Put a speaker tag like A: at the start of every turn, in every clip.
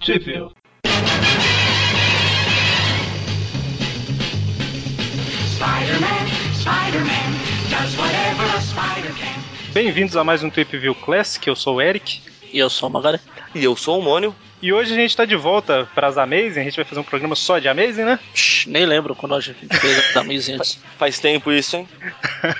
A: Sheffield.
B: Spider-Man, Spider-Man does whatever a spider can.
A: Bem-vindos a mais um Trip View Classic, eu sou o Eric.
C: E eu sou o Magari.
D: E eu sou o Mônio.
A: E hoje a gente tá de volta pras Amazing, a gente vai fazer um programa só de Amazing, né?
C: Shhh, nem lembro quando a gente fez a mesa antes.
D: Faz tempo isso, hein?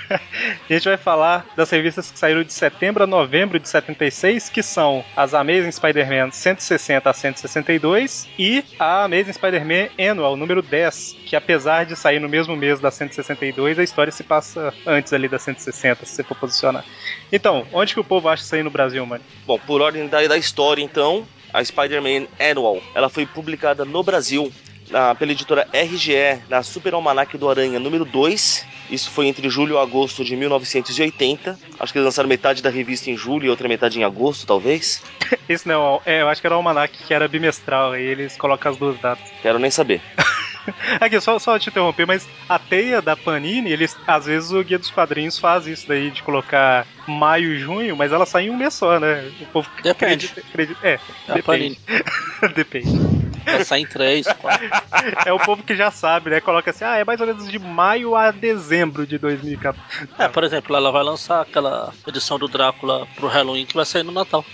A: A gente vai falar das revistas que saíram de setembro a novembro de 76, que são as Amazing Spider-Man 160 a 162 e a Amazing Spider-Man Annual, número 10, que apesar de sair no mesmo mês da 162, a história se passa antes ali da 160, se você for posicionar. Então, onde que o povo acha isso aí no Brasil, mano?
D: Bom, por ordem da, da história, então, a Spider-Man Annual, ela foi publicada no Brasil na- pela editora RGE, na Super Almanac do Aranha número 2. Isso foi entre julho e agosto de 1980. Acho que eles lançaram metade da revista em julho e outra metade em agosto, talvez.
A: Esse não, é, eu acho que era o Almanac, que era bimestral, aí eles colocam as duas datas.
D: Quero nem saber.
A: Aqui, só, só te interromper, mas a teia da Panini, eles, às vezes o Guia dos Quadrinhos faz isso daí de colocar maio e junho, mas ela sai em um mês só, né? O povo
C: Depende.
A: acredita. acredita é,
C: É a Panini.
A: depende.
C: Vai sair em três, quatro.
A: É o povo que já sabe, né? Coloca assim, ah, é mais ou menos de maio a dezembro de 2014.
C: É, por exemplo, ela vai lançar aquela edição do Drácula pro Halloween que vai sair no Natal.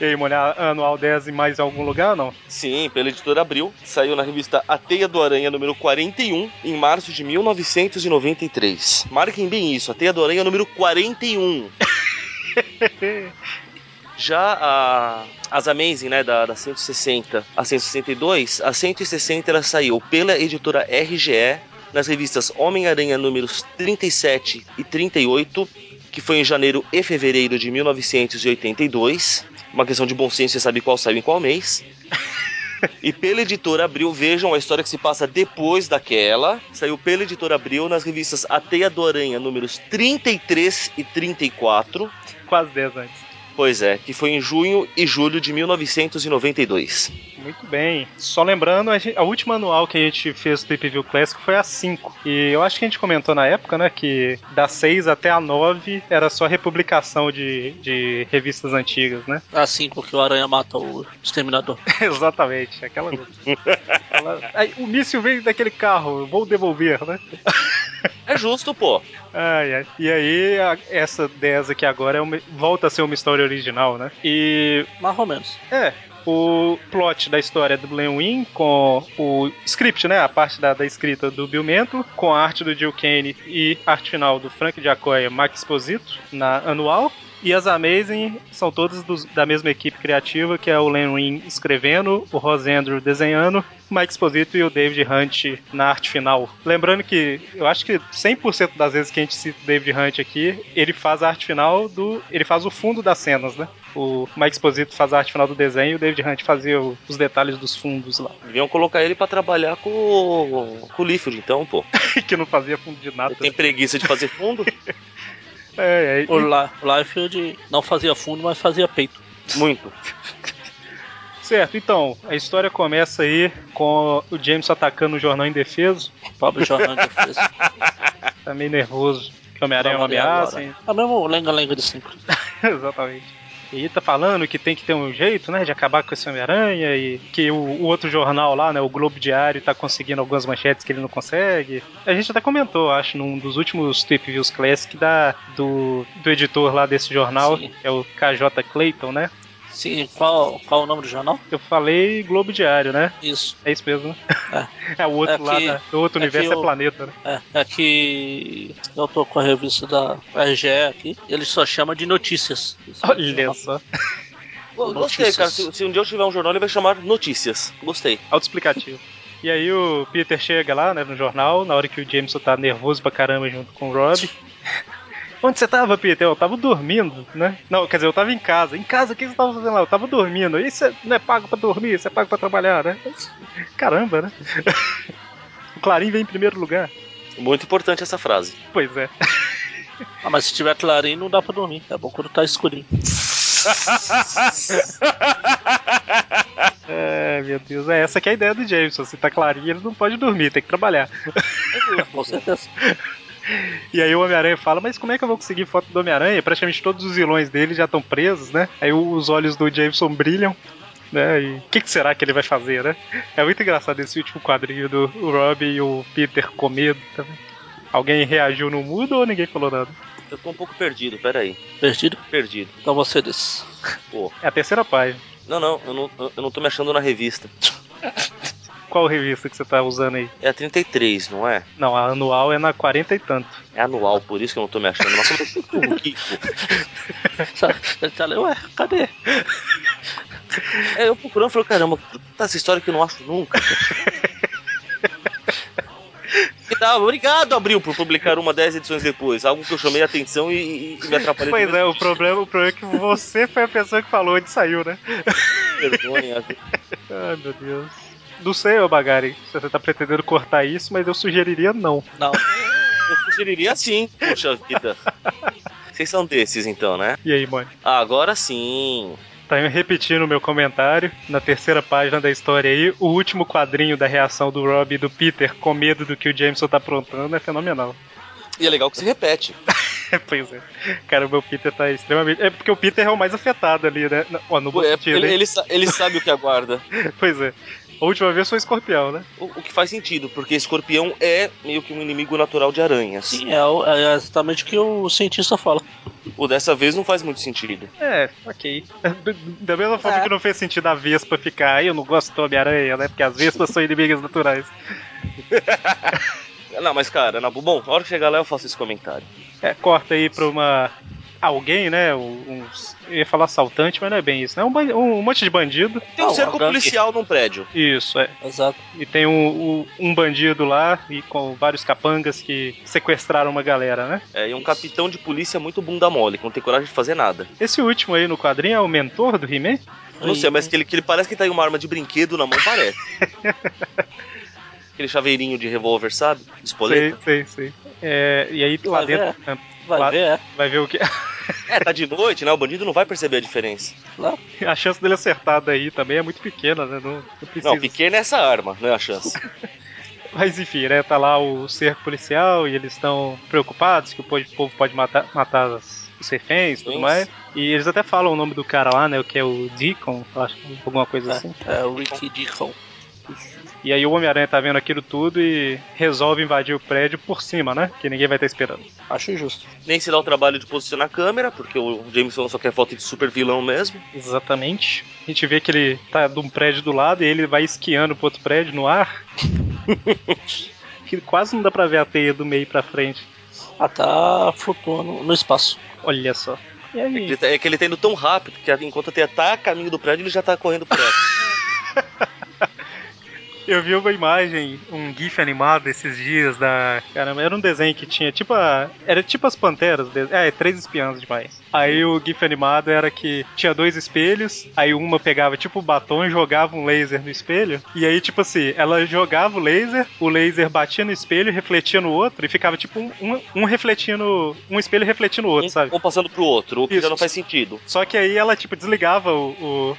A: E aí, mano, a- anual 10 em mais algum lugar ou não?
D: Sim, pela editora Abril. Saiu na revista A Teia do Aranha número 41, em março de 1993. Marquem bem isso, A Teia do Aranha número 41. Já a, as Amazing, né, da, da 160 a 162, a 160 ela saiu pela editora RGE nas revistas Homem-Aranha números 37 e 38, que foi em janeiro e fevereiro de 1982. Uma questão de bom senso, você sabe qual saiu em qual mês. E pela editora Abril, vejam a história que se passa depois daquela. Saiu pela editora Abril nas revistas A Teia do Aranha, números 33 e 34.
A: Quase 10 antes.
D: Pois é, que foi em junho e julho de 1992.
A: Muito bem. Só lembrando, a, gente- a última anual que a gente fez do Trip View Classic foi a 5. E eu acho que a gente comentou na época, né, que da 6 até a 9 era só republicação de, de revistas antigas, né?
C: A cinco que o Aranha mata o Exterminador.
A: Exatamente, aquela. aquela- Aí, o míssil veio daquele carro, eu vou devolver, né?
D: É justo, pô.
A: Ai, ai. E aí, a- essa 10 aqui agora é uma- volta a ser uma história original, né? E
C: Mais ou menos.
A: É, o plot da história do Glen Wynn com o script, né? A parte da, da escrita do Bill Mento, com a arte do Jill Kane e a arte final do Frank Giacoya e Max Esposito na anual. E as Amazing são todas dos- da mesma equipe criativa, que é o Len Wynn escrevendo, o Ross Andrew desenhando, o Mike Esposito e o David Hunt na arte final. Lembrando que eu acho que 100% das vezes que a gente cita o David Hunt aqui, ele faz a arte final do. ele faz o fundo das cenas, né? O Mike Esposito faz a arte final do desenho e o David Hunt fazia o- os detalhes dos fundos lá.
D: Deviam colocar ele pra trabalhar com, o- com o Liefeld, então, pô.
A: que não fazia fundo de nada.
D: Ele tem preguiça de fazer fundo?
A: É, é,
C: O, La o Liefeld não fazia fundo, mas fazia peito.
D: Muito.
A: Certo, então, a história começa aí com o James atacando o jornal indefeso.
C: O Pablo Jornal fez. É
A: Tá meio nervoso. Que o Homem-Aranha é uma
C: Vamos ver agora.
A: ameaça. hein?
C: É o mesmo lenga-lenga de cinco.
A: Exatamente. E tá falando que tem que ter um jeito, né, de acabar com esse Homem-Aranha e que o, o outro jornal lá, né, o Globo Diário, tá conseguindo algumas manchetes que ele não consegue. A gente até comentou, acho, num dos últimos Trip Views Classic da, do, do editor lá desse jornal,
C: Sim.
A: que é o KJ Clayton, né?
C: Sim, qual, qual o nome do jornal?
A: Eu falei Globo Diário, né?
C: Isso.
A: É isso mesmo, né? É, o outro
C: É
A: lá,
C: que-
A: da- do outro
C: é que
A: universo é
C: o-
A: planeta, né?
C: É, é que eu tô com a revista da RGE aqui, ele só chama de notícias.
A: Olha só.
D: Go- Gostei,
C: Notícias.
D: cara. Se, se um dia eu tiver um jornal, ele vai chamar Notícias. Gostei.
A: Autoexplicativo. E aí o Peter chega lá, né, no jornal, na hora que o Jameson tá nervoso pra caramba junto com o Rob. Onde você tava, Peter? Eu tava dormindo, né? Não, quer dizer, eu tava em casa. Em casa, o que você tava fazendo lá? Eu tava dormindo. E você não é pago pra dormir, você é pago pra trabalhar, né? Caramba, né? o Clarim vem em primeiro lugar.
D: Muito importante essa frase.
A: Pois é.
C: Ah, mas se tiver clarinho não dá pra dormir. É bom quando tá escurinho.
A: É, meu Deus, é essa que é a ideia do Jameson. Se tá clarinho, ele não pode dormir, tem que trabalhar.
C: Com certeza.
A: E aí o Homem-Aranha fala, mas como é que eu vou conseguir foto do Homem-Aranha? Praticamente todos os vilões dele já estão presos, né? Aí os olhos do Jameson brilham. Né? E o que, que será que ele vai fazer, né? É muito engraçado esse último quadrinho do Rob e o Peter com medo também. Alguém reagiu no mudo ou ninguém falou nada?
D: Eu tô um pouco perdido, peraí.
C: Perdido?
D: Perdido.
C: Então você disse.
D: Pô.
A: É a terceira página.
D: Não, não, eu não, eu não tô me achando na revista.
A: Qual revista que você tá usando aí?
D: É a 33, não é?
A: Não, a anual é na 40 e tanto.
D: É anual, por isso que eu não tô me achando. Nossa, mas o Kiko.
C: Ele tá ali, ué, cadê?
D: É, eu procurando, falei, caramba, tá essa história que eu não acho nunca. E tá, obrigado, Abril, por publicar uma 10 edições depois. Algo que eu chamei a atenção e, e me atrapalhei.
A: Pois
D: também.
A: é, o problema, o problema é que você foi a pessoa que falou onde saiu, né?
D: Vergonha.
A: Ai, meu Deus. Não sei, ô Bagari, se você tá pretendendo cortar isso, mas eu sugeriria não.
C: Não.
D: Eu sugeriria sim, poxa vida. Vocês são desses então, né?
A: E aí, mano?
D: Ah, agora sim.
A: Tá eu repetindo o meu comentário. Na terceira página da história aí, o último quadrinho da reação do Rob e do Peter com medo do que o Jameson tá aprontando é fenomenal.
D: E é legal que se repete.
A: pois é. Cara, o meu Peter tá extremamente. É porque o Peter é o mais afetado ali, né? Não, Ó, no bom
D: É,
A: sentido,
D: ele,
A: hein?
D: ele sa- ele sabe o que aguarda.
A: Pois é. A última vez foi o escorpião, né?
D: O, o que faz sentido, porque escorpião é meio que um inimigo natural de aranhas.
C: Sim, é, o- é exatamente o que o cientista fala.
D: O dessa vez não faz muito sentido.
A: É, ok. Da mesma forma
C: É.
A: que não fez sentido a Vespa ficar, "Ah, eu não gosto do Homem-Aranha, né? Porque as Vespas são inimigas naturais.
D: Não, mas cara, na bom, na hora que chegar lá eu faço esse comentário.
A: É, corta aí pra uma. Alguém, né? Um, uns- eu ia falar assaltante, mas não é bem isso, né? Um, ban- um monte de bandido.
D: Tem um
C: Não,
D: cerco
C: a gangue.
D: policial num prédio.
A: Isso, é.
C: Exato.
A: E tem um, um- um bandido lá e com vários capangas que sequestraram uma galera, né?
D: É, e um capitão de polícia muito bunda mole, que não tem coragem de fazer nada.
A: Esse último aí no quadrinho é o mentor do He-Man?
D: Eu não sei, mas que ele, que ele parece que tá em uma arma de brinquedo na mão, parece. Aquele chaveirinho de revólver, sabe? De espoleta.
A: Sei, sei, sei. É, e aí lá
C: Vai
A: dentro.
C: Vai
A: Lá-
C: ver, é.
A: Vai ver o que.
D: É, tá de noite, né? O bandido não vai perceber a diferença.
C: Lá.
A: A chance dele acertar daí também é muito pequena, né? Não, não precisa.
D: Não, pequena é essa arma, não é a chance.
A: Mas enfim, né? Tá lá o cerco policial e eles estão preocupados que o po- o povo pode matar, matar as- os reféns e tudo
D: Sim.
A: mais. E eles até falam o nome do cara lá, né? O que é o Deacon, eu acho, alguma coisa assim.
C: É, é o Ricky Deacon.
A: E aí o Homem-Aranha tá vendo aquilo tudo e resolve invadir o prédio por cima, né? Que ninguém vai estar esperando.
C: Acho justo.
D: Nem se dá o trabalho de posicionar a câmera, porque o Jameson só quer foto de super vilão mesmo.
A: Exatamente. A gente vê que ele tá de um prédio do lado e ele vai esquiando pro outro prédio no ar. que quase não dá pra ver a teia do meio pra frente.
C: Ah, tá flutuando no espaço.
A: Olha só. E aí?
D: Ele tá- é que ele tá indo tão rápido que enquanto até tá a caminho do prédio, ele já tá correndo pro prédio.
A: Eu vi uma imagem, um GIF animado esses dias da. Caramba, era um desenho que tinha tipo a. Era tipo as panteras. de- É, três espiãs demais. Aí o GIF animado era que tinha dois espelhos, aí uma pegava tipo o batom e jogava um laser no espelho. E aí, tipo assim, ela jogava o laser, o laser batia no espelho, refletia no outro, e ficava tipo um, um, um refletindo. Um espelho refletindo o outro,
D: um,
A: sabe?
D: um passando pro outro, o que
A: Isso.
D: já não faz sentido.
A: Só que aí ela, tipo, desligava o. o-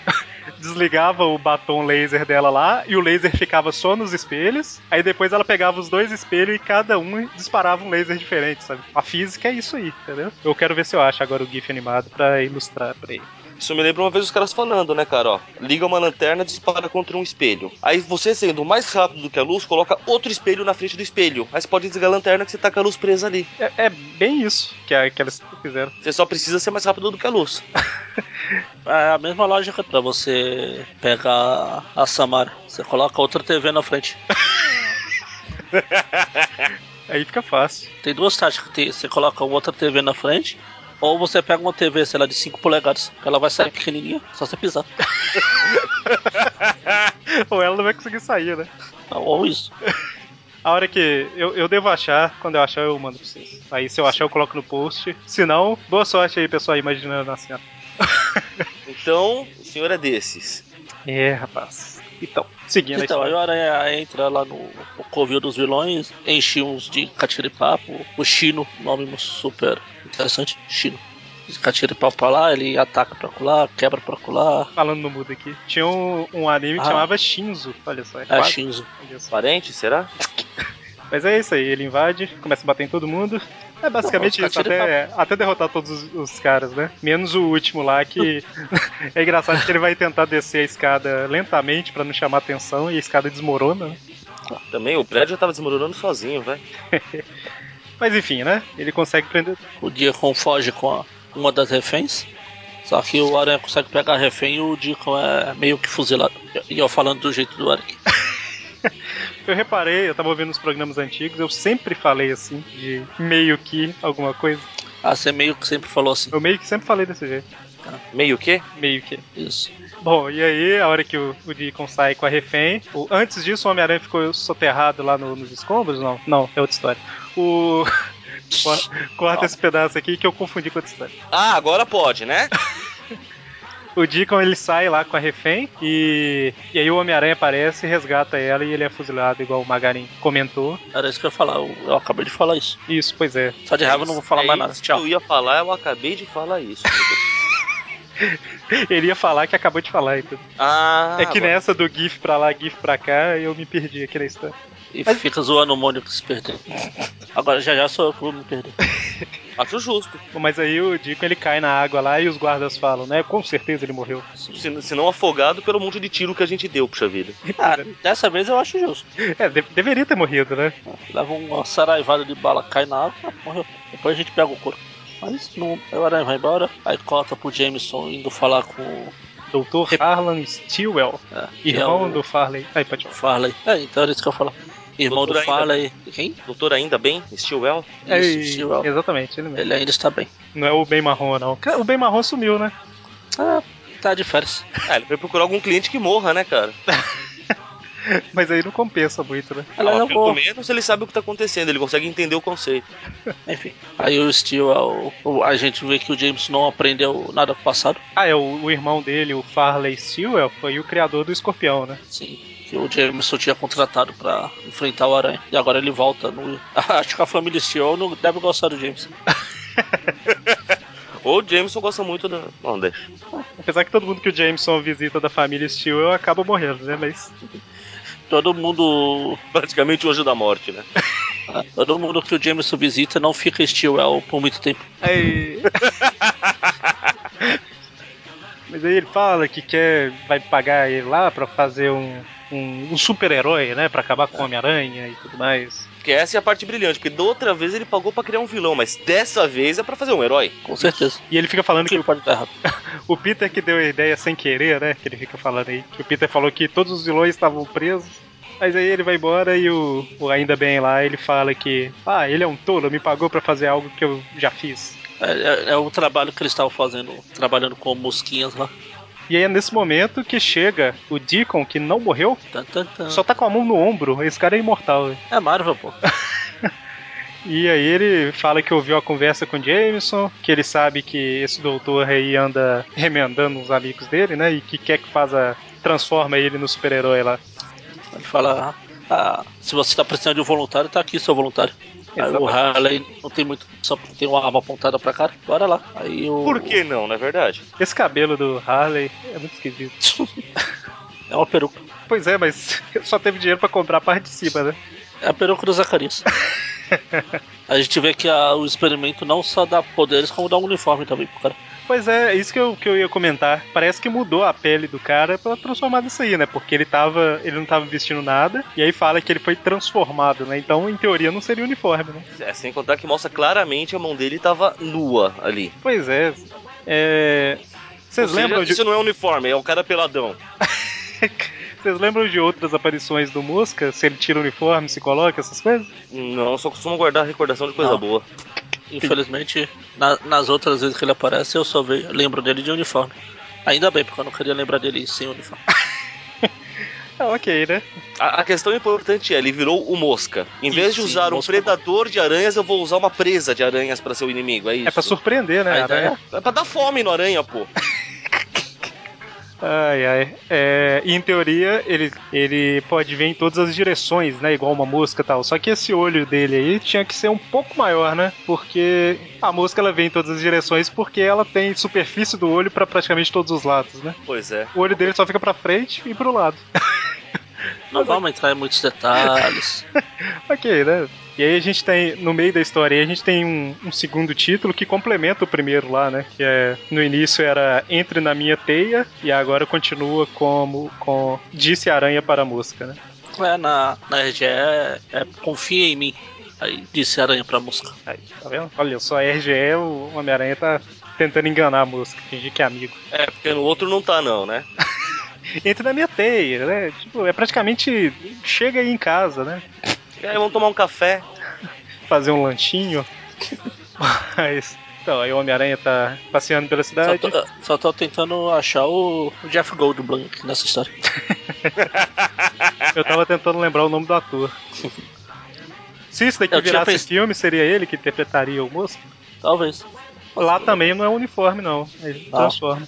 A: desligava o batom laser dela lá e o laser ficava só nos espelhos. Aí depois ela pegava os dois espelhos e cada um disparava um laser diferente, sabe? A física é isso aí, entendeu? Eu quero ver se eu acho agora o GIF animado pra ilustrar pra ele.
D: Isso me lembra uma vez os caras falando, né, cara? Ó, liga uma lanterna, dispara contra um espelho. Aí você, sendo mais rápido do que a luz, coloca outro espelho na frente do espelho. Aí você pode desligar a lanterna que você tá com a luz presa ali.
A: É, é bem isso que, a, que elas fizeram.
D: Você só precisa ser mais rápido do que a luz.
C: É a mesma lógica pra você pegar a Samara. Você coloca outra TV na frente.
A: Aí fica fácil.
C: Tem duas táticas. Tem- Você coloca outra TV na frente. Ou você pega uma TV, sei lá, de 5 polegadas. que Ela vai sair pequenininha, só você pisar.
A: Ou ela não vai conseguir sair, né?
C: Ou isso.
A: A hora que eu, eu devo achar, quando eu achar, eu mando pra vocês. Aí se eu achar, eu coloco no post. Se não, boa sorte aí, pessoal, imaginando a cena.
D: Então, o senhor é desses.
A: É, rapaz. Então, seguindo a
C: Então, aí
A: história.
C: o Aranha entra lá no, no covil dos vilões, enche uns de catiripapo, o Chino, nome super interessante, Chino. De catiripapo pra lá, ele ataca pra lá, quebra pra lá,
A: Falando no mudo aqui, tinha um, um anime que
C: Ah.
A: chamava Shinzo. Olha só, é
C: é
A: quase-
C: Shinzo.
A: olha só.
D: Parente, será?
A: Mas é isso aí, ele invade, começa a bater em todo mundo. É basicamente
C: Não,
A: isso,
C: atira
A: até, até derrotar todos os, os caras, né? Menos o último lá, que é engraçado que ele vai tentar descer a escada lentamente pra não chamar atenção e a escada desmorona. né?
D: Também o prédio já tava desmoronando sozinho, velho.
A: Mas enfim, né? Ele consegue prender.
C: O Deacon foge com a- uma das reféns. Só que o Aranha consegue pegar a refém e o Deacon é meio que fuzilado. E eu falando do jeito do Eric.
A: Eu reparei, eu tava ouvindo os programas antigos, eu sempre falei assim, de meio que alguma coisa.
C: Ah, você meio que sempre falou assim.
A: Eu meio que sempre falei desse jeito.
D: Meio que?
A: Meio que.
C: Isso.
A: Bom, e aí, a hora que o, o Deacon sai com a refém. o- antes disso, o Homem-Aranha ficou soterrado lá no- nos escombros? Não, não, é outra história. O. Cor- Corta esse pedaço aqui que eu confundi com outra história.
D: Ah, agora pode, né?
A: O Deacon ele sai lá com a refém e. E aí o Homem-Aranha aparece, resgata ela e ele é fuzilado, igual o Magarin comentou.
C: Era isso que eu ia falar. Eu, eu acabei de falar isso.
A: Isso, pois é.
C: Só de raiva eu não vou falar
D: É
C: mais nada.
D: isso que
C: Tchau.
D: Eu ia falar, eu acabei de falar isso.
A: Ele ia falar que acabou de falar. Então.
D: Ah,
A: é que
D: agora-
A: nessa do GIF pra lá, GIF pra cá, eu me perdi aqui na história.
C: E fica zoando o Mônio que se perdeu. Agora já já sou eu que vou me perder.
D: acho justo.
A: Bom, Mas aí o Deacon ele cai na água lá e os guardas falam, né? Com certeza ele morreu.
D: Se, se não afogado pelo monte de tiro que a gente deu, puxa vida.
C: Ah, dessa vez eu acho justo.
A: É, de- deveria ter morrido, né?
C: Leva uma saraivada de bala, cai na água, ah, morreu. Depois a gente pega o corpo. Mas não, o Aranha vai embora, aí corta pro Jameson indo falar com o
A: Doutor Harlan Stilwell,
C: é,
A: irmão
C: é o
A: do Farley. Aí, pode falar.
C: Farley. É, então era isso que eu ia falar. Irmão
D: Doutor
C: do
D: ainda-
C: Farley. Quem?
D: Doutor, ainda bem? Stilwell?
A: É,
C: Isso, Stilwell.
A: exatamente, ele mesmo.
C: Ele ainda está bem.
A: Não é o Ben Marrom, não. O Ben Marrom sumiu, né?
C: Ah, tá de férias.
D: Ah, ele vai procurar algum cliente que morra, né, cara?
A: Mas aí não compensa muito, né?
C: Ela
D: Ah,
C: não
D: pelo
C: vou.
D: menos ele sabe o que tá acontecendo, ele consegue entender o conceito.
C: Enfim. Aí o Steel, a gente vê que o Jameson não aprendeu nada com o passado.
A: Ah, é, o, o irmão dele, o Farley Stilwell, foi o criador do escorpião, né?
C: Sim. Que o Jameson tinha contratado pra enfrentar o Aranha. E agora ele volta no. Acho que a família Steel não deve gostar do Jameson.
D: Ou o Jameson gosta muito da. Não, deixa.
A: Apesar que todo mundo que o Jameson visita da família Stilwell acaba morrendo, né? Mas
C: Todo mundo
D: Praticamente o anjo da morte, né?
C: Ah, Todo mundo que o Jameson visita não fica Stillwell por muito tempo.
A: Aí. Mas aí ele fala que quer. Vai pagar ele lá pra fazer um. Um, um super-herói, né? Pra acabar com o Homem-Aranha e tudo mais.
D: Porque essa é a parte brilhante, porque da outra vez ele pagou pra criar um vilão, mas dessa vez é pra fazer um herói.
C: Com certeza.
A: E ele fica falando que
C: Tudo
A: o,
C: pode dar errado.
A: o Peter que deu a ideia sem querer, né? Que ele fica falando aí. Que o Peter falou que todos os vilões estavam presos. Mas aí ele vai embora e o, o Ainda Bem lá, ele fala que. Ah, ele é um tolo, me pagou pra fazer algo que eu já fiz.
C: É, é- é o trabalho que eles estavam fazendo, trabalhando com mosquinhas lá.
A: E aí é nesse momento que chega o Deacon, que não morreu,
C: Tan, tan, tan.
A: só tá com a mão no ombro. Esse cara é imortal, né?
C: É Marvel, pô.
A: E aí ele fala que ouviu a conversa com o Jameson, que ele sabe que esse doutor aí anda remendando uns amigos dele, né? E que quer que faça. transforma ele no super-herói lá.
C: Ele fala: "Ah, ah, se você tá precisando de um voluntário, tá aqui seu voluntário. Aí o
A: Exatamente.
C: Harley não tem muito, só tem uma arma apontada pra cá, bora lá. Aí o.
D: Por que não, não é verdade?
A: Esse cabelo do Harley é muito esquisito.
C: É uma peruca.
A: Pois é, mas só teve dinheiro pra comprar a parte de cima, né?
C: É a peruca do Zacarias. a gente vê que a- o experimento não só dá poderes, como dá um uniforme também pro cara.
A: Pois é, isso que eu, que eu ia comentar. Parece que mudou a pele do cara pra transformar nisso aí, né? Porque ele tava. ele não tava vestindo nada, e aí fala que ele foi transformado, né? Então, em teoria, não seria uniforme, né?
D: É, sem contar que mostra claramente a mão dele tava nua ali.
A: Pois é. É. Vocês
D: Ou seja,
A: lembram de.
D: Isso não é um uniforme, é um cara peladão.
A: Vocês lembram de outras aparições do Mosca? Se ele tira o uniforme, se coloca, essas coisas?
D: Não, eu só costumo guardar recordação de coisa
C: Não.
D: boa.
C: Infelizmente, na- nas outras vezes que ele aparece, eu só ve- lembro dele de uniforme. Ainda bem, porque eu não queria lembrar dele sem uniforme.
A: Ah, ok, né?
D: A, a questão importante é, ele virou o mosca. Em vez de
C: Isso,
D: usar um
C: mosca.
D: predador de aranhas, eu vou usar uma presa de aranhas pra ser o inimigo, é isso?
A: É pra surpreender, né?
C: A
A: Aranha?
C: ideia
D: É pra dar fome no aranha, pô.
A: Ai, ai. É, e em teoria, ele, ele pode ver em todas as direções, né? Igual uma mosca e tal. Só que esse olho dele aí tinha que ser um pouco maior, né? Porque a mosca ela vê em todas as direções porque ela tem superfície do olho pra praticamente todos os lados, né?
D: Pois é.
A: O olho dele só fica pra frente e pro lado.
C: Não vamos entrar em muitos detalhes.
A: Ok, né? E aí a gente tem, no meio da história, aí a gente tem um, um segundo título que complementa o primeiro lá, né? Que é, no início era Entre na minha teia, e agora continua como com Disse a aranha para a mosca, né?
C: É, na, na RGE é, é confia em mim. Aí disse a aranha pra mosca.
A: Aí, tá vendo? Olha, só a RGE, o Homem-Aranha tá tentando enganar a mosca, fingir que é amigo.
D: É, porque no outro não tá, não, né?
A: Entre na minha teia, né? Tipo, é praticamente chega aí em casa, né?
D: E aí, vamos tomar um café.
A: Fazer um lanchinho. Mas. Então, aí o Homem-Aranha tá passeando pela
C: Só
A: cidade.
C: tô, só tô tentando achar o, o Jeff Goldblum aqui nessa história.
A: Eu tava tentando lembrar o nome do ator. Se isso daqui
C: Eu tinha
A: virasse
C: pens-
A: filme, seria ele que interpretaria o moço?
C: Talvez.
A: Lá também não é uniforme, não. Ele
C: Ah.
A: transforma.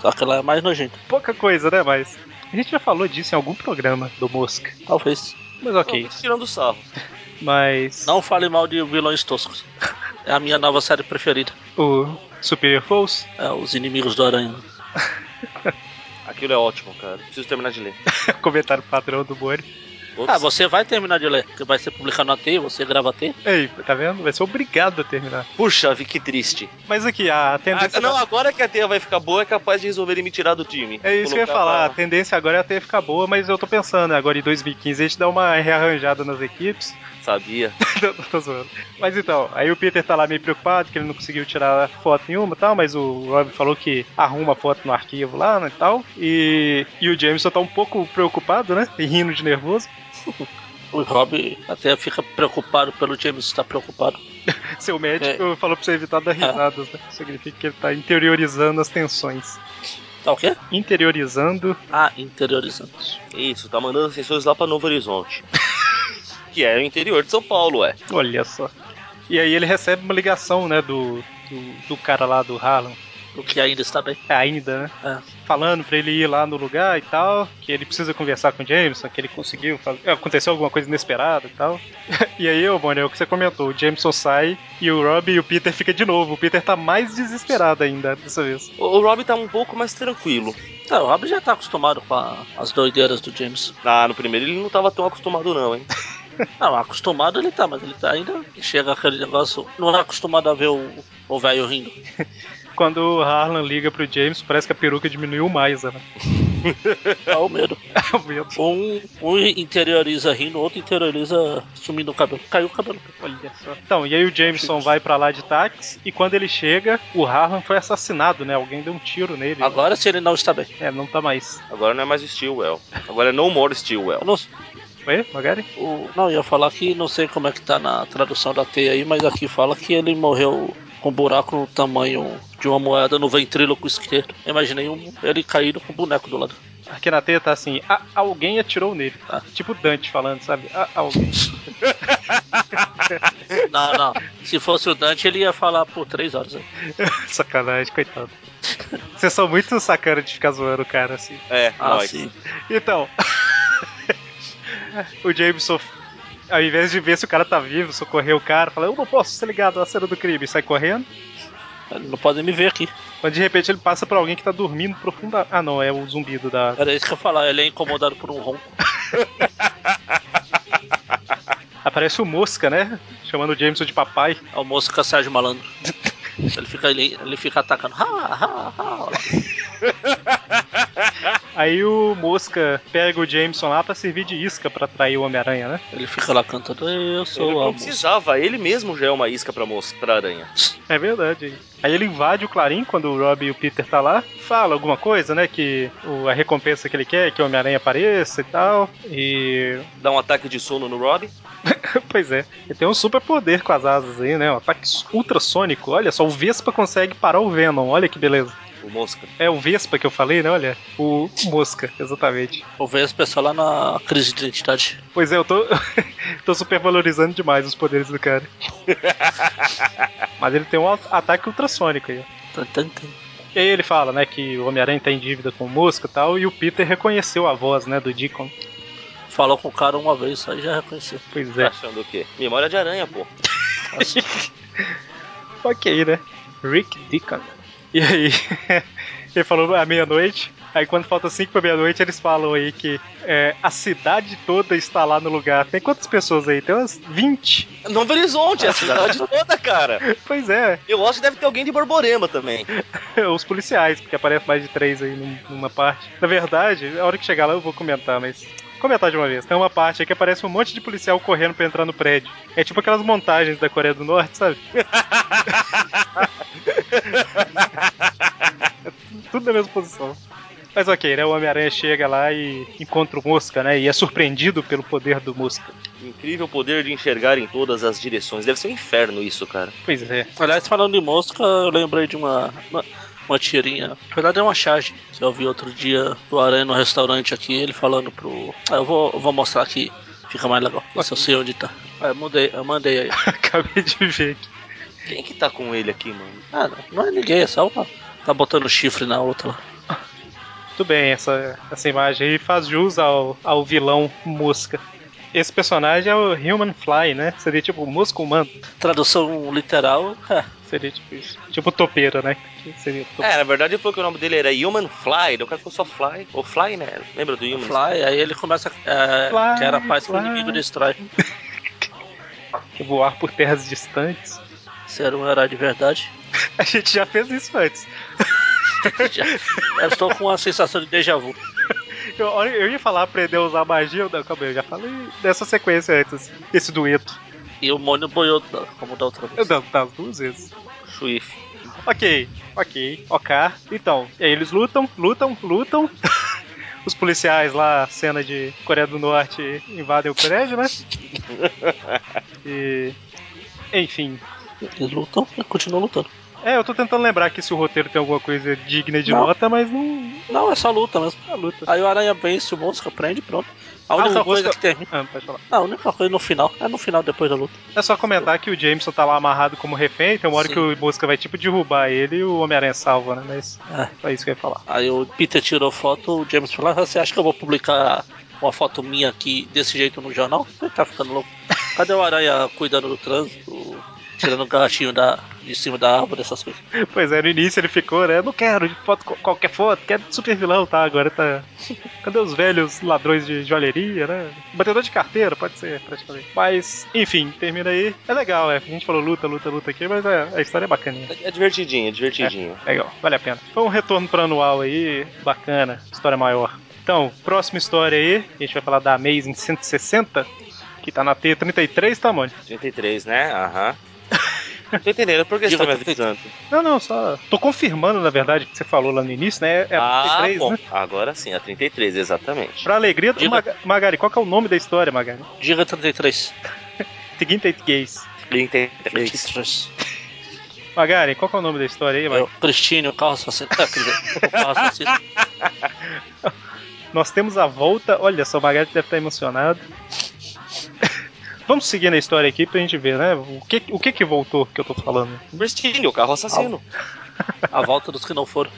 C: Só que ela é mais nojenta.
A: Pouca coisa, né? Mas. A gente já falou disso em algum programa do Mosca.
C: Talvez.
A: Mas
D: Não,
A: ok.
D: tô tirando sarro.
A: Mas.
C: Não fale mal de vilões toscos. É a minha nova série preferida.
A: O Superior Force?
C: É Os Inimigos do Aranha.
D: Aquilo é ótimo, cara. Preciso terminar de ler.
A: Comentário padrão do Mori.
C: Ah, você vai terminar de ler, porque vai ser publicado na T, você grava a T.
A: Ei, tá vendo? Vai ser obrigado a terminar.
D: Puxa, vi que triste.
A: Mas aqui, a tendência.
D: Ah, não, agora que a teia vai ficar boa, é capaz de resolverem me tirar do time.
A: É isso que eu ia
D: Colocar
A: falar. A
D: pra-
A: tendência agora é até ficar boa, mas eu tô pensando, né, agora em 2015 a gente dá uma rearranjada nas equipes.
D: Sabia.
A: Não, tô zoando. Mas então, aí o Peter tá lá meio preocupado que ele não conseguiu tirar foto nenhuma e tal, mas o Rob falou que arruma a foto no arquivo lá né, e tal. E, e o Jameson tá um pouco preocupado, né? E rindo de nervoso.
C: O Rob até fica preocupado pelo James estar preocupado.
A: Seu médico falou pra você evitar dar risadas, né? Significa que ele tá interiorizando as tensões.
C: Tá o quê?
A: Interiorizando.
C: Ah, interiorizando.
D: Isso, tá mandando as pessoas lá pra Novo Horizonte. que é o interior de São Paulo, é. ué.
A: Olha só. E aí ele recebe uma ligação, né, do, do, do cara lá do Harlem.
C: O que ainda está bem.
A: ainda, né?
C: É.
A: Falando pra ele ir lá no lugar e tal, que ele precisa conversar com o Jameson, que ele conseguiu, fazer, aconteceu alguma coisa inesperada e tal. e aí, ô, mano, é o que você comentou, o Jameson sai e o Rob e o Peter fica de novo. O Peter tá mais desesperado ainda dessa vez.
D: O, o Rob tá um pouco mais tranquilo.
C: Tá, o Rob já tá acostumado com a- as doideiras do James.
D: Ah, no primeiro ele não tava tão acostumado, não, hein?
C: Não, acostumado ele tá, mas ele tá ainda. Chega aquele negócio. Não é acostumado a ver o o velho rindo.
A: Quando o Harlan liga pro Jameson, parece que a peruca diminuiu mais, né?
C: É o medo.
A: Ao menos.
C: Um, um interioriza rindo, o outro interioriza sumindo o cabelo. Caiu o cabelo.
A: Olha só. Então, e aí o Jameson vai pra lá de táxi e quando ele chega, o Harlan foi assassinado, né? Alguém deu um tiro nele. né?
C: Agora se ele não está bem.
A: É, não tá mais.
D: Agora não é mais o Steelwell. Agora é No More Steelwell.
C: Eu não,
A: Oi, Magari?
C: o- não, eu ia falar que não sei como é que tá na tradução da T aí, mas aqui fala que ele morreu com um buraco no tamanho de uma moeda no ventríloco esquerdo. Imaginei um, ele caído com o boneco do lado.
A: Aqui na teia tá assim, "A- alguém atirou nele.
C: Ah.
A: Tipo Dante falando, sabe? "A- alguém.
C: Não, não. Se fosse o Dante, ele ia falar por três horas. né?
A: Sacanagem, coitado. Vocês são muito sacana de ficar zoando o cara assim.
D: É,
C: Ah,
D: nós.
C: sim.
A: Então. o Jameson, ao invés de ver se o cara tá vivo, socorrer o cara, fala, eu não posso ser ligado à cena do crime, e sai correndo.
C: Ele não pode me ver aqui.
A: Quando de repente ele passa por alguém que tá dormindo profunda. Ah não, é o zumbido da.
C: Era isso que eu ia falar. Ele é incomodado por um ronco.
A: Aparece o Mosca, né? Chamando o Jameson de papai.
C: É o moço que é o Sérgio Malandro. Ele fica, ele, ele fica atacando. Ha, ha, ha.
A: Aí o Mosca pega o Jameson lá pra servir de isca pra atrair o Homem-Aranha, né?
C: Ele fica lá cantando. Eu
D: Ele
C: sou a
D: não
C: moça.
D: precisava, ele mesmo já é uma isca pra, mosca, pra aranha.
A: É verdade. hein? Aí ele invade o Clarim quando o Rob e o Peter tá lá. Fala alguma coisa, né? Que o- a recompensa que ele quer é que o Homem-Aranha apareça e tal. E.
D: Dá um ataque de sono no Rob.
A: pois é. Ele tem um super poder com as asas aí, né? Um ataque ultrassônico. Olha só, o Vespa consegue parar o Venom. Olha que beleza.
D: O mosca.
A: É o Vespa que eu falei, né? Olha. O Mosca, exatamente.
C: Eu vejo as pessoas lá na crise de identidade.
A: Pois é, eu tô. tô supervalorizando demais os poderes do cara. Mas ele tem um at- ataque ultrassônico aí, ó.
C: Tan, tan, tan.
A: E aí ele fala, né, que o Homem-Aranha tá em dívida com o Mosca e tal, e o Peter reconheceu a voz, né, do Deacon.
C: Falou com o cara uma vez, aí já reconheceu.
A: Pois
D: Tá
A: é.
D: achando o quê? Memória de aranha, pô.
A: ok, né? Rick Deacon. E aí, ele falou à meia-noite, Aí quando falta 5 pra meia-noite, eles falam aí que é, a cidade toda está lá no lugar. Tem quantas pessoas aí? Tem umas 20.
D: Novo Horizonte, é a cidade toda, cara.
A: Pois é,
D: Eu acho que deve ter alguém de Borborema também.
A: os policiais, porque aparece mais de três aí num- numa parte. Na verdade, a hora que chegar lá eu vou comentar, mas. Comentar de uma vez. Tem uma parte aí que aparece um monte de policial correndo pra entrar no prédio. É tipo aquelas montagens da Coreia do Norte, sabe? Tudo na mesma posição. Mas ok, né? O Homem-Aranha chega lá e encontra o Mosca, né? E é surpreendido pelo poder do Mosca.
D: Incrível poder de enxergar em todas as direções. Deve ser um inferno isso, cara.
A: Pois é.
C: Aliás, falando de mosca, eu lembrei de uma, uma, uma tirinha. Na verdade, é uma charge que eu vi outro dia do Aranha no restaurante aqui. Ele falando pro. Ah, eu vou, eu vou mostrar aqui, fica mais legal. Esse eu sei onde tá. Ah, eu, mudei, eu mandei aí.
A: Acabei de ver aqui.
D: Quem que tá com ele aqui, mano?
C: Ah, não é ninguém, é só uma. Tá botando chifre na outra lá.
A: Muito bem, essa, essa imagem aí faz jus ao, ao vilão Mosca. Esse personagem é o Human Fly, né? Seria tipo o mosca humano.
C: Tradução literal, é.
A: Seria tipo isso. Tipo o topeiro, né? Que Seria o topeiro.
D: É, na verdade foi que o nome dele era Human Fly, o cara ficou só Fly. Ou Fly, né? Lembra do Human?
C: Fly, aí ele começa. É,
A: Fly,
C: que era a paz que o
A: fly.
C: inimigo destrói.
A: Que voar tipo, por terras distantes.
C: Ser um herói de verdade.
A: A gente já fez isso antes.
C: Já- eu estou com uma sensação de déjà vu.
A: Eu, olha, eu ia falar aprender a usar magia, eu, não, calma, aí, eu já falei dessa sequência antes, assim, esse dueto.
C: E o Mônio boiou, como da outra
A: Eu
C: vez.
A: não, das duas vezes.
D: Swift.
A: Ok, ok, ok. Então, e aí eles lutam, lutam, lutam. Os policiais lá, cena de Coreia do Norte, invadem o prédio, né? E. Enfim.
C: Eles lutam e continuam lutando.
A: É, eu tô tentando lembrar aqui se o roteiro tem alguma coisa digna de
C: Não.
A: nota, mas não.
C: Não, é só luta mesmo.
A: É luta.
C: Aí o aranha vence o monstro, prende, pronto. A
A: Ah,
C: única
A: o
C: coisa
A: Mosca-
C: que termina.
A: Ah, pode falar.
C: A única coisa no final. É no final, depois da luta.
A: É só comentar que o Jameson tá lá amarrado como refém, tem uma hora
C: Sim.
A: que o Mosca vai tipo derrubar ele e o Homem-Aranha salva, né? Mas
C: É.
A: só isso que eu ia falar.
C: Aí o Peter tirou foto, o James falou: "Ah, Você acha que eu vou publicar uma foto minha aqui desse jeito no jornal? Você tá ficando louco. Cadê o aranha cuidando do trânsito? Tirando o gatinho da, de cima da árvore, essas coisas.
A: Pois é, no início ele ficou, né? Não quero foto, co- qualquer foto, quero super vilão, tá? Agora tá. Cadê os velhos ladrões de joalheria, né? Batedor de carteira, pode ser, praticamente. Mas, enfim, termina aí. É legal, é. A gente falou luta, luta, luta aqui, mas é, a história é bacaninha.
D: É, é divertidinho, é divertidinho.
A: Legal, vale a pena. Foi um retorno pro anual aí, bacana, história maior. Então, próxima história aí, a gente vai falar da Amazing 160, que tá na T33, tá, Mônica?
D: 33, né? Aham. Não tô entendendo, por que você tá me avisando?
A: Não, não, só. Tô confirmando, na verdade, o que você falou lá no início, né? É a
D: ah,
A: 33,
D: bom.
A: né?
D: Agora sim, a 33, exatamente.
A: Pra alegria do
C: Diga.
A: Maga- Magari, qual que é o nome da história, Magari?
C: Diga 33.
A: Seguinte gays.
D: 33.
C: 33.
A: Magari, qual que é o nome da história aí, Magari?
C: Eu, Cristine, o carro assassino. Ah, quer dizer, o carro assassino.
A: Nós temos a volta. Olha só, o Magari deve estar emocionado. Vamos seguir na história aqui pra gente ver, né? O que, o que que voltou que eu tô falando?
D: Christine, o carro assassino.
C: A volta dos que não foram.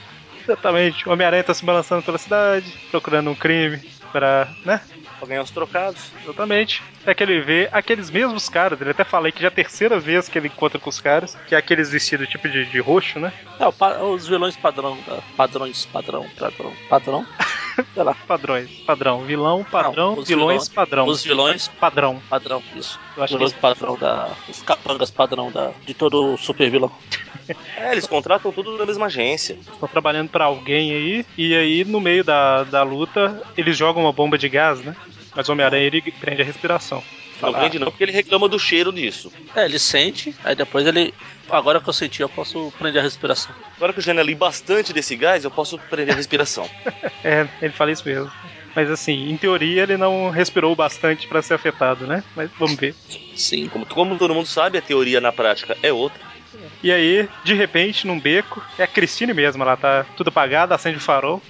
A: Exatamente. O Homem-Aranha tá se balançando pela cidade, procurando um crime pra. né?
D: Pra ganhar os trocados.
A: Exatamente. Até que ele vê aqueles mesmos caras. Ele até falei que já é a terceira vez que ele encontra com os caras, que é aqueles vestidos tipo de, de roxo, né?
C: É, o pa- os vilões padrão. tá? Padrões, padrão, padrão, padrão. Sei lá.
A: Padrões. Padrão. Vilão, padrão, vilões,
C: os vilões-
A: padrão.
C: Os vilões
A: Padrão.
C: padrão, isso.
A: Eu
C: Os
A: acho que
C: vilões padrão da. Os capangas padrão da. De todo o super vilão.
A: Ah.
D: É, eles contratam tudo da mesma agência.
A: estão trabalhando pra alguém aí, e aí no meio da, da luta eles jogam uma bomba de gás, né? Mas o Homem-Aranha ele prende a respiração.
D: Não
A: Ah.
C: Falar.
D: vende não, porque ele reclama do cheiro disso.
C: É, ele sente, aí depois ele. Agora que eu senti, eu posso prender a respiração.
D: Agora que eu já inalei bastante desse gás, eu posso prever a respiração.
A: É, ele fala isso mesmo. Mas assim, em teoria ele não respirou bastante pra ser afetado, né? Mas vamos ver.
C: Sim.
D: Como, como todo mundo sabe, a teoria na prática é outra.
A: E aí, de repente, num beco, é a Christine mesmo, ela tá tudo apagada, acende o farol.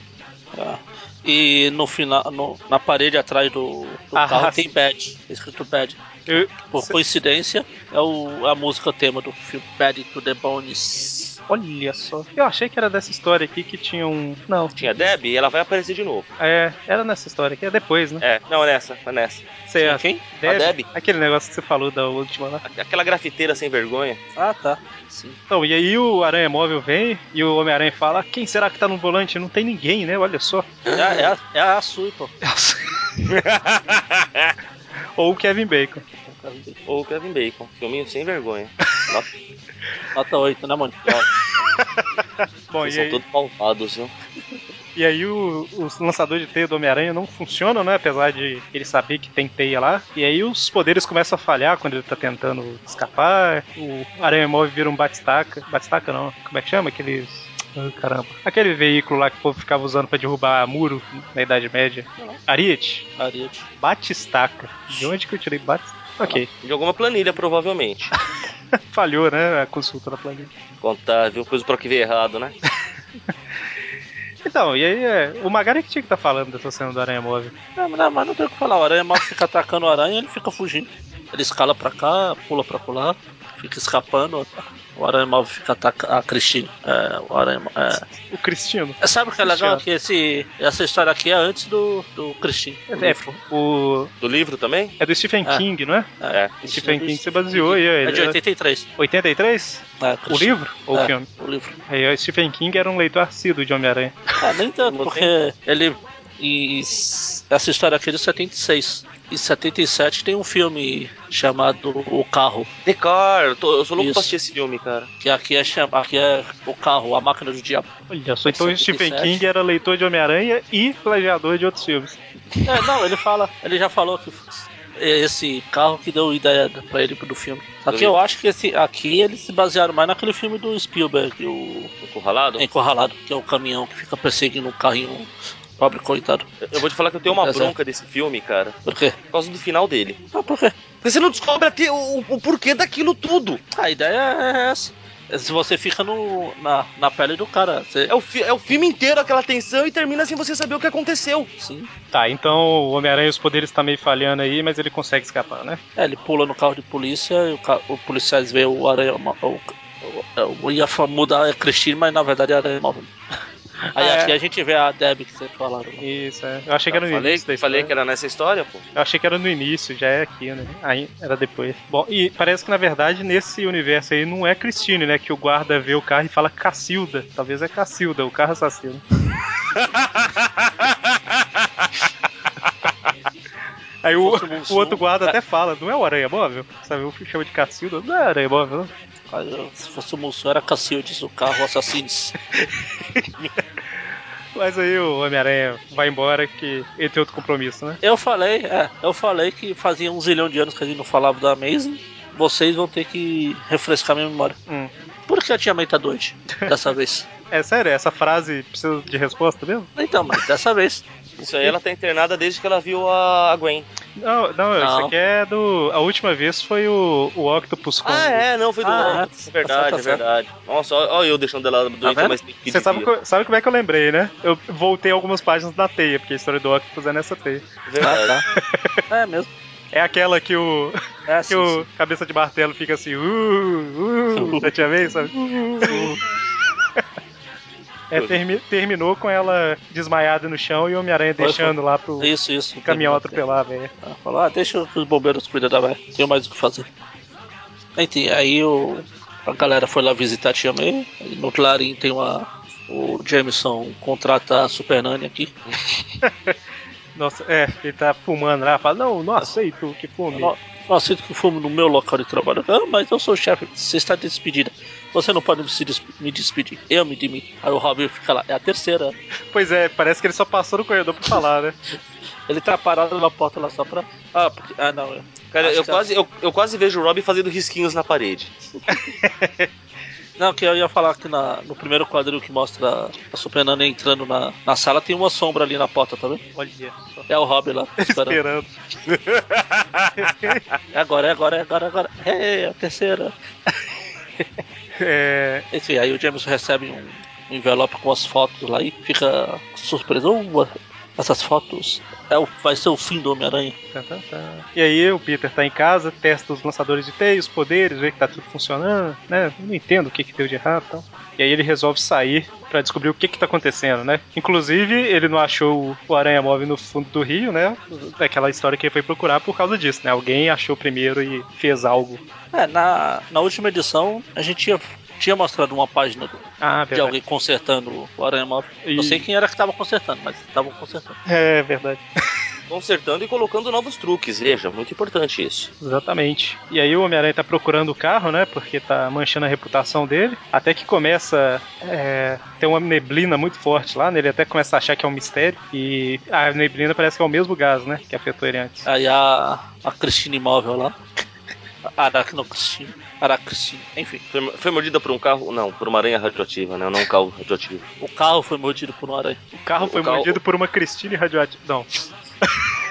C: tá? E no final, no- na parede atrás do, do
A: Ah,
C: carro
A: sim.
C: tem Bad, escrito Bad.
A: Eu-
C: Por coincidência, é o, a música tema do filme Bad to the Bones.
A: Olha só. Eu achei que era dessa história aqui que tinha um. Não.
D: Tinha Deb e ela vai aparecer de novo.
A: É, era nessa história aqui, é depois, né?
D: É, não, é nessa, é nessa.
A: Você acha?
C: Quem?
A: Deb?
D: Deb?
A: Aquele negócio que você falou da última lá.
D: Aqu- Aquela grafiteira sem vergonha.
C: Ah, tá. Sim.
A: Então, e aí o Aranha Móvel vem e o Homem-Aranha fala: quem será que tá no volante? Não tem ninguém, né? Olha só.
C: É, a- é, a- é a Sui, pô.
A: Ou o Kevin Bacon.
D: Ou Kevin Bacon, filminho sem vergonha.
C: Nota 8, né, mano?
A: Bom,
D: Eles
A: e
D: são
A: aí,
D: todos malvados, viu?
A: e aí o, o lançador de teia do Homem-Aranha não funciona, né? Apesar de ele saber que tem teia lá. E aí os poderes começam a falhar quando ele tá tentando escapar. O Aranha Móvel vira um batistaca. Batistaca não, como é que chama? Aqueles. Ah, Caramba. Aquele veículo lá que o povo ficava usando pra derrubar muro na Idade Média. Ariete.
C: Ariete.
A: Batistaca. De onde que eu tirei batistaca? Ok.
D: De alguma planilha, provavelmente.
A: Falhou, né? A consulta da planilha.
D: Contável, coisa pra que veio errado, né?
A: Então, e aí é, o Magari que tinha que estar falando dessa cena do Aranha Móvel.
C: Não, mas não, mas não tem o que falar. O aranha mal fica atacando o aranha ele fica fugindo. Ele escala pra cá, pula pra lá, fica escapando. O aranha mal fica atacando. A Cristina. É, o aranha mal. É.
A: O Cristino.
C: É, Sabe o que é legal? Que esse, essa história aqui é antes do, do Cristina.
A: É, é, o,
D: Do livro também?
A: é do Stephen
C: Ah.
A: King, não é?
D: É.
A: O Stephen King se baseou aí. ó,
C: É
A: ele
C: de
A: era-
C: 83.
A: 83?
C: É,
A: O
C: Cristina.
A: livro? Ou o
C: É,
A: filme?
C: O livro.
A: Aí, ó, Stephen King era um leitor assíduo de Homem-Aranha.
C: É, nem tanto,
D: Você-
C: porque ele. E, e essa história aqui é de 76. Em 77 tem um filme chamado O Carro,
D: The Car, eu, tô- eu sou louco
C: Isso.
D: pra assistir esse filme, cara.
C: que aqui é, chama, aqui é O Carro, A Máquina do Diabo.
A: Olha só, então o Stephen
C: 77.
A: King era leitor de Homem-Aranha e plagiador de outros filmes.
C: É, não, ele fala, ele já falou que f- esse carro que deu ideia pra ele do filme. Só que eu acho que esse aqui eles se basearam mais naquele filme do Spielberg, o
D: Encurralado.
C: Encurralado, que é o caminhão que fica perseguindo um carrinho pobre coitado.
D: Eu- Eu vou te falar que eu tenho uma
C: Tá certo.
D: bronca desse filme, cara,
C: Por quê?
D: por causa do final dele.
C: Ah, por quê?
D: Porque você não descobre até o, o porquê daquilo tudo.
C: A ideia é essa. É Se você fica no, na, na pele do cara, você,
D: É o, fi- é o filme inteiro aquela tensão e termina sem você saber o que aconteceu.
C: sim.
A: Tá, então o Homem-Aranha os poderes tá meio falhando aí, mas ele consegue escapar, né?
C: É, ele pula no carro de polícia e o, ca- o policiais vê o aranha. O, o, eu ia fa- mudar a Cristina, mas na verdade é aranha móvel. Aí
A: Ah, é.
C: aqui a gente vê a Deb que você falaram. né?
A: Isso, é. Eu achei que era
C: Tá,
A: no
D: falei,
A: início da história.
D: falei que era nessa história, pô.
A: Eu achei que era no início, já é aqui, né? Aí era depois. Bom, e parece que na verdade nesse universo aí não é Christine, né? Que o guarda vê o carro e fala Cacilda. Talvez é Cacilda, o carro assassino. Aí o,
C: Fosse um bom
A: o outro
C: som.
A: guarda até fala, não é o Aranha Móvel? Sabe, o filme chama de Cacilda, não é Aranha Móvel, não.
C: Aí eu- Se fosse o Mussum, era Cacildes, o carro Assassins.
A: Mas aí o Homem-Aranha vai embora que ele tem outro compromisso, né?
C: Eu falei, é, eu falei que fazia um zilhão de anos que a gente não falava da Amazing. Vocês vão ter que refrescar minha memória.
A: Hum.
C: Por que a Tia May tá doente dessa vez?
A: É sério, essa frase precisa de resposta mesmo?
C: Então, mas dessa vez.
D: Isso aí ela tá internada desde que ela viu a a Gwen.
A: Não, não, isso
C: Não.
A: aqui é do. A última vez foi o, o Octopus com.
D: Ah, é, não, foi do
C: Ah,
D: Hulk.
C: é.
D: É verdade,
C: Tá certo, tá
D: é verdade. Nossa, ó, ó eu deixando ela doente
C: vendo?
D: mais tempo que
A: Você sabe,
D: devia.
A: co- sabe como é que eu lembrei, né? Eu voltei algumas páginas da teia, porque a história do Octopus é nessa teia.
D: Verdade.
C: tá. É mesmo.
A: É aquela que o,
C: É assim.
A: que o cabeça de martelo fica assim, uh, uh, da tia May, sabe? Uh, uh. É, termi- terminou com ela desmaiada no chão e o Homem-Aranha
C: Foi,
A: deixando lá pro
C: Isso, isso.
A: caminhão atropelar, velho.
C: Ah, Falou, ah, deixa os bombeiros cuidar da velha. Tenho mais o que fazer. Enfim, aí o, a galera foi lá visitar a Tia May. E no Clarim tem uma. O Jameson contrata a Super Nani aqui.
A: Nossa, é, ele tá fumando lá, fala, não, não aceito que fume.
C: Não, não aceito que fumo no meu local de trabalho. Ah, mas eu sou o chefe, você está despedida. Você não pode se despe- me despedir. Eu me demito. Aí o Robin fica lá, é a terceira.
A: Pois é, parece que ele só passou no corredor pra falar, né?
C: Ele tá parado na porta lá só pra. Ah, porque... ah não. é.
D: Cara,
C: Acho
D: eu
C: que
D: quase, eu, eu quase vejo o Rob fazendo risquinhos na parede.
C: Não, que eu ia falar que na, no primeiro quadril que mostra a Super Nana entrando na, na sala, tem uma sombra ali na porta, tá vendo?
A: Olha só.
C: É o Robin lá, esperando.
A: Esperando.
C: É agora, é agora, é agora, é agora. É, é a terceira.
A: É,
C: Enfim, aí o Jameson recebe um, um envelope com as fotos lá e fica surpreso. "Oh, essas fotos é o, vai ser o fim do Homem-Aranha.
A: Tan, tan, tan. tá, E aí o Peter tá em casa, testa os lançadores de teia, os poderes, vê que tá tudo funcionando, né? Não entendo o que, que deu de errado e tal. E aí ele resolve sair pra descobrir o que que tá acontecendo, né? Inclusive, ele não achou o- o Aranha Móvel no fundo do rio, né? Daquela história que ele foi procurar por causa disso, né? Alguém achou primeiro e fez algo.
C: É, na, na última edição a gente tinha, tinha mostrado uma página do-
A: Ah,
C: de
A: verdade.
C: alguém consertando o Aranha Móvel.
A: E-
C: Não sei quem era que tava consertando, mas estavam consertando.
A: É verdade.
D: Consertando e colocando novos truques, veja, é muito importante isso.
A: Exatamente. E aí o Homem-Aranha tá procurando o carro, né? Porque tá manchando a reputação dele. Até que começa. É, tem uma neblina muito forte lá, né? Ele até começa a achar que é um mistério. E a neblina parece que é o mesmo gás, né? Que afetou ele antes.
C: Aí a, a Cristina Imóvel lá. Aracno Cristina. Aracristina. Enfim,
D: Foi, foi mordida por um carro, não, por uma aranha radioativa, né? Não um carro radioativo.
C: o carro foi mordido por um aranha.
A: O carro
D: o
A: foi
D: carro-
A: mordido por uma Cristine radioativa. Não.